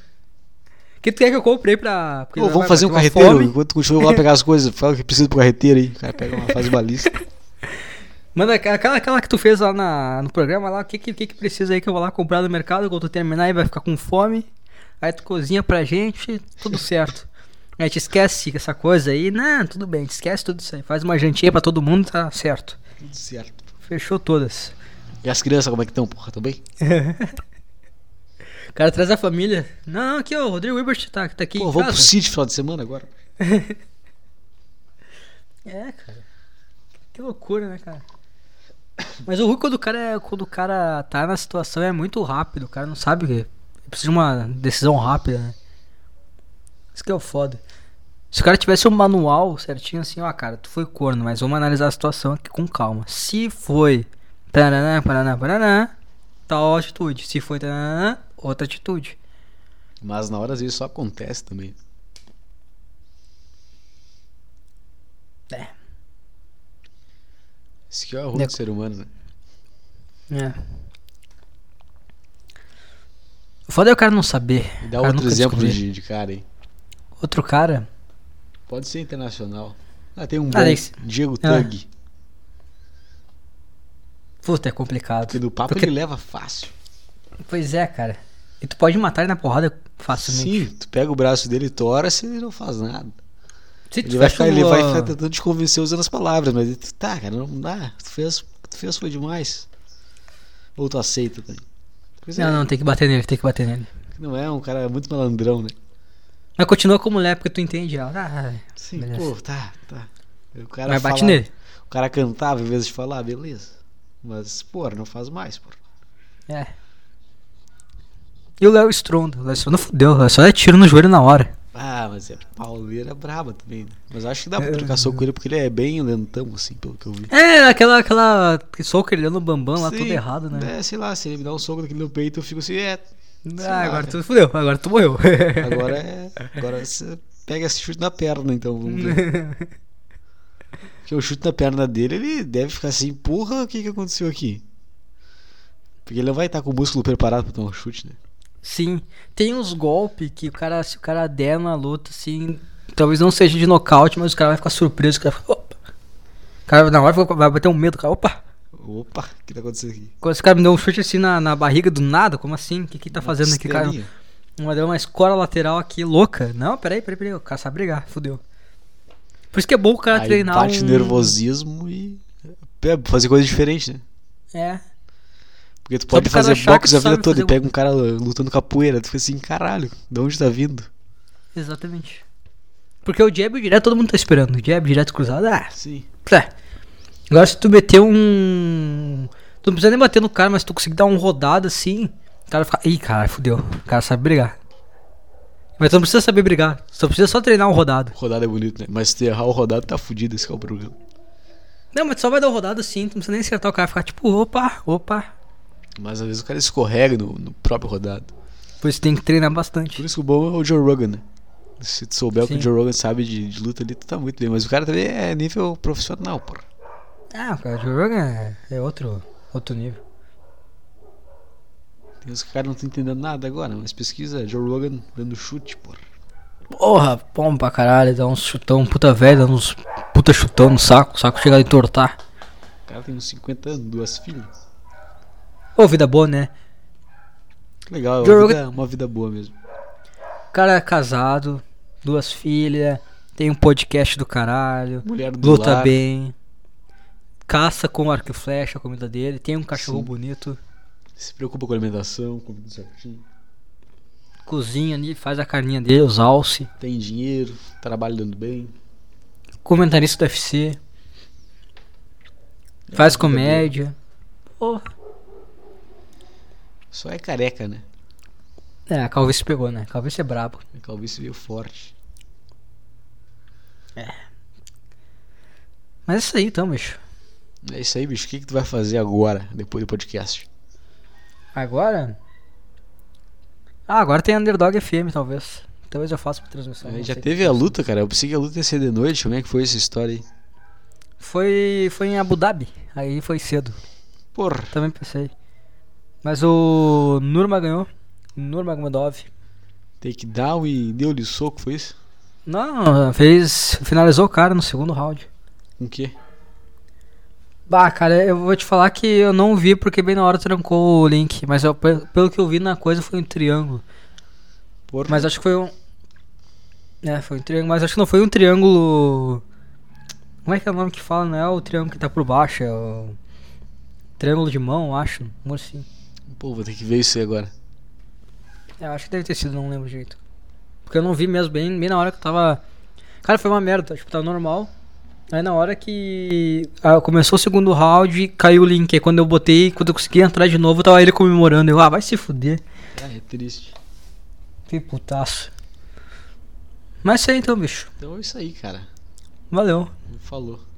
A: que tu quer que eu comprei pra. porque
B: Pô,
A: vai-
B: vamos
A: vai
B: fazer um
A: bater uma
B: carreteiro,
A: fome.
B: enquanto continua lá pegar as coisas, fala o que precisa pro carreteiro aí. O cara pega uma, faz uma lista.
A: Manda aquela- aquela, aquela que tu fez lá na, no programa lá, o que, que, que que precisa aí que eu vou lá comprar no mercado quando tu terminar e vai ficar com fome. Aí tu cozinha pra gente, tudo certo. Aí te esquece essa coisa aí, não, tudo bem, te esquece tudo isso aí. Faz uma jantinha pra todo mundo, tá certo.
B: Tudo certo.
A: Fechou todas.
B: E as crianças, como é que estão, porra? Tão bem?
A: O cara traz a família. Não, não, aqui, ó, o Rodrigo Ebert tá, tá aqui
B: Pô,
A: em
B: vamos pro
A: casa.
B: sítio final de semana agora.
A: É, cara. Que loucura, né, cara? Mas o ruim quando o cara, é, quando o cara tá na situação é muito rápido. O cara não sabe o que. Precisa de uma decisão rápida, né? Isso que é o foda. Se o cara tivesse um manual certinho assim, ó, cara, tu foi corno, mas vamos analisar a situação aqui com calma. Se foi. Paraná, paraná, paraná. Tal atitude. Se foi. Taraná, outra atitude.
B: Mas na hora às vezes só acontece também.
A: É.
B: Isso que é o ruim
A: Né?
B: do ser humano, né?
A: É. O foda é o cara não saber.
B: Me dá
A: O cara
B: outro
A: nunca
B: exemplo
A: descobrir.
B: de, de cara aí.
A: Outro cara.
B: Pode ser internacional. Ah, tem um bom.
A: Ah, esse-
B: Diego
A: Ah.
B: Tug.
A: Puta, é complicado.
B: Porque no papo
A: Porque-
B: ele leva fácil.
A: Pois é, cara. E tu pode matar ele na porrada facilmente.
B: Sim, tu pega o braço dele, torce e ele não faz nada.
A: Se tu
B: Ele vai,
A: fecha
B: ficar, ele
A: o-
B: vai ficar tentando te convencer usando as palavras, mas ele, tá, cara, não dá. Tu fez, tu fez foi demais. Ou tu aceita também. Pois é,
A: Não, não, tem que bater nele, tem que bater nele.
B: não é um cara muito malandrão, né?
A: Mas continua com a mulher, porque tu entende ela. Ah,
B: Sim,
A: Beleza.
B: pô, tá, tá. O cara
A: mas bate
B: fala-
A: nele.
B: O cara cantava em vez de falar, beleza. Mas, pô, não faz mais, pô.
A: É. E o Léo Stronda. O Léo Stronda fudeu. O Léo Stronda tiro no joelho na hora.
B: Ah, mas é pauleira braba também. Né? Mas acho que dá pra trocar soco com ele porque ele é bem lentão, assim, pelo que eu vi.
A: É, aquela, aquela soco ele deu no bambam lá,
B: Sim,
A: tudo errado, né?
B: É, sei lá, se ele me dá um soco daquele no peito, eu fico assim, é. sei
A: Ah,
B: lá,
A: agora
B: cara.
A: tu fudeu, agora tu morreu.
B: né? Agora é. Agora você pega esse chute na perna, então, vamos ver. Porque o chute na perna dele, ele deve ficar assim, porra, o que, que aconteceu aqui? Porque ele não vai estar com o músculo preparado pra tomar um chute, né?
A: Sim, tem uns golpes que o cara, se o cara der na luta, assim, talvez não seja de nocaute, mas o cara vai ficar surpreso, o cara vai opa. O cara na hora vai- vai bater um medo, o cara, opa.
B: Opa, o que tá acontecendo aqui?
A: Quando esse cara me deu um chute assim na, na barriga do nada, como assim? O que que tá fazendo aqui, cara?
B: Costelinha.
A: Uma, deu uma escora lateral aqui, louca. Não, peraí, peraí, peraí, o cara sabe brigar, fudeu. Por isso que é bom o cara
B: Aí
A: treinar
B: bate
A: um...
B: nervosismo e. É, fazer coisa diferente, né?
A: É,
B: Porque tu
A: Só
B: pode
A: pro cara
B: fazer
A: achar que
B: boxe a
A: sabe
B: vida toda e
A: fazer-
B: pega um cara lutando capoeira, tu fica assim, caralho, de onde tá vindo?
A: exatamente. Porque o jab e o direto todo mundo tá esperando. O jab, direto cruzado, ah,
B: Sim.
A: É. Agora se tu meter um. Tu não precisa nem bater no cara, mas se tu conseguir dar um rodado assim, o cara fica. Ih, cara, fudeu. O cara sabe brigar. Mas tu não precisa saber brigar. Tu só precisa só treinar um rodado.
B: Rodada é bonito, né? Mas se tu errar o rodado, tá fudido, esse que é o problema.
A: Não, mas tu só vai dar um rodado assim, tu não precisa nem acertar o cara, ficar tipo, opa, opa.
B: Mas às vezes o cara escorrega no, no próprio rodado.
A: Por isso tem que treinar
B: Por
A: bastante.
B: isso que o bom é o Joe Rogan, né? Se tu souber o que
A: Sim.
B: o Joe Rogan sabe de, de luta ali, tu tá muito bem. Mas o cara também é nível profissional, porra.
A: Ah, o cara de jogo é, é outro, outro nível.
B: Tem uns que o cara não tá entendendo nada agora, mas pesquisa Joe Rogan dando chute, porra.
A: Porra, bom pra caralho, dá uns chutão, puta velha, dá uns puta chutão no saco, o saco chega a entortar.
B: O cara tem uns 50 anos, duas filhas.
A: Ô, vida boa, né?
B: Que Legal, é
A: Joe
B: uma
A: Rogan-
B: vida, uma vida boa mesmo.
A: O cara é casado, duas filhas, tem um podcast do caralho,
B: Mulher do
A: luta
B: lar.
A: bem. caça com arco e flecha a comida dele, tem um cachorro
B: Sim.
A: bonito,
B: Se preocupa com a alimentação, com tudo certinho.
A: cozinha ali, faz a carninha dele, os alce,
B: Tem dinheiro, trabalha dando bem.
A: comentarista do UFC,
B: É,
A: faz comédia. Pô,
B: Só é careca, né?
A: é, a Calvície pegou, né? A Calvície é brabo.
B: A calvície veio forte.
A: Mas é isso aí então, bicho.
B: É isso aí, bicho. O que, que tu vai fazer agora, depois do podcast?
A: Agora? Ah, agora tem Underdog FM, talvez. Talvez eu faça uma transmissão.
B: É,
A: Então, não
B: já
A: sei.
B: teve a luta, cara. Eu pensei que a luta ia ser de noite. Como é que foi essa história aí?
A: Foi, foi em Abu Dhabi, aí foi cedo.
B: Porra.
A: Também pensei. Mas o Nurma ganhou. Nurmagomedov.
B: Takedown e deu-lhe soco, foi isso?
A: Não, fez. Finalizou o cara no segundo round.
B: Com o quê?
A: Bah, cara, eu vou te falar que eu não vi porque bem na hora trancou o link. Mas eu- pe- pelo que eu vi na coisa foi um triângulo.
B: Porra.
A: Mas acho que foi um. É, foi um triângulo. Mas acho que não foi um triângulo. Como é que é o nome que fala? Não é o triângulo que tá por baixo, é o. Triângulo de mão, acho. Um assim.
B: Pô, vou ter que ver isso aí agora.
A: É, acho que deve ter sido, não lembro direito. Porque eu não vi mesmo bem, bem na hora que eu tava. Cara, foi uma merda, tipo, tava normal. Aí na hora que ah, começou o segundo round, caiu o link. Aí quando eu botei, quando eu consegui entrar de novo, tava ele comemorando. Eu, ah, vai se fuder.
B: Ah, é triste.
A: Que putaço. Mas é isso aí então, bicho.
B: Então é isso aí, cara.
A: Valeu.
B: Falou.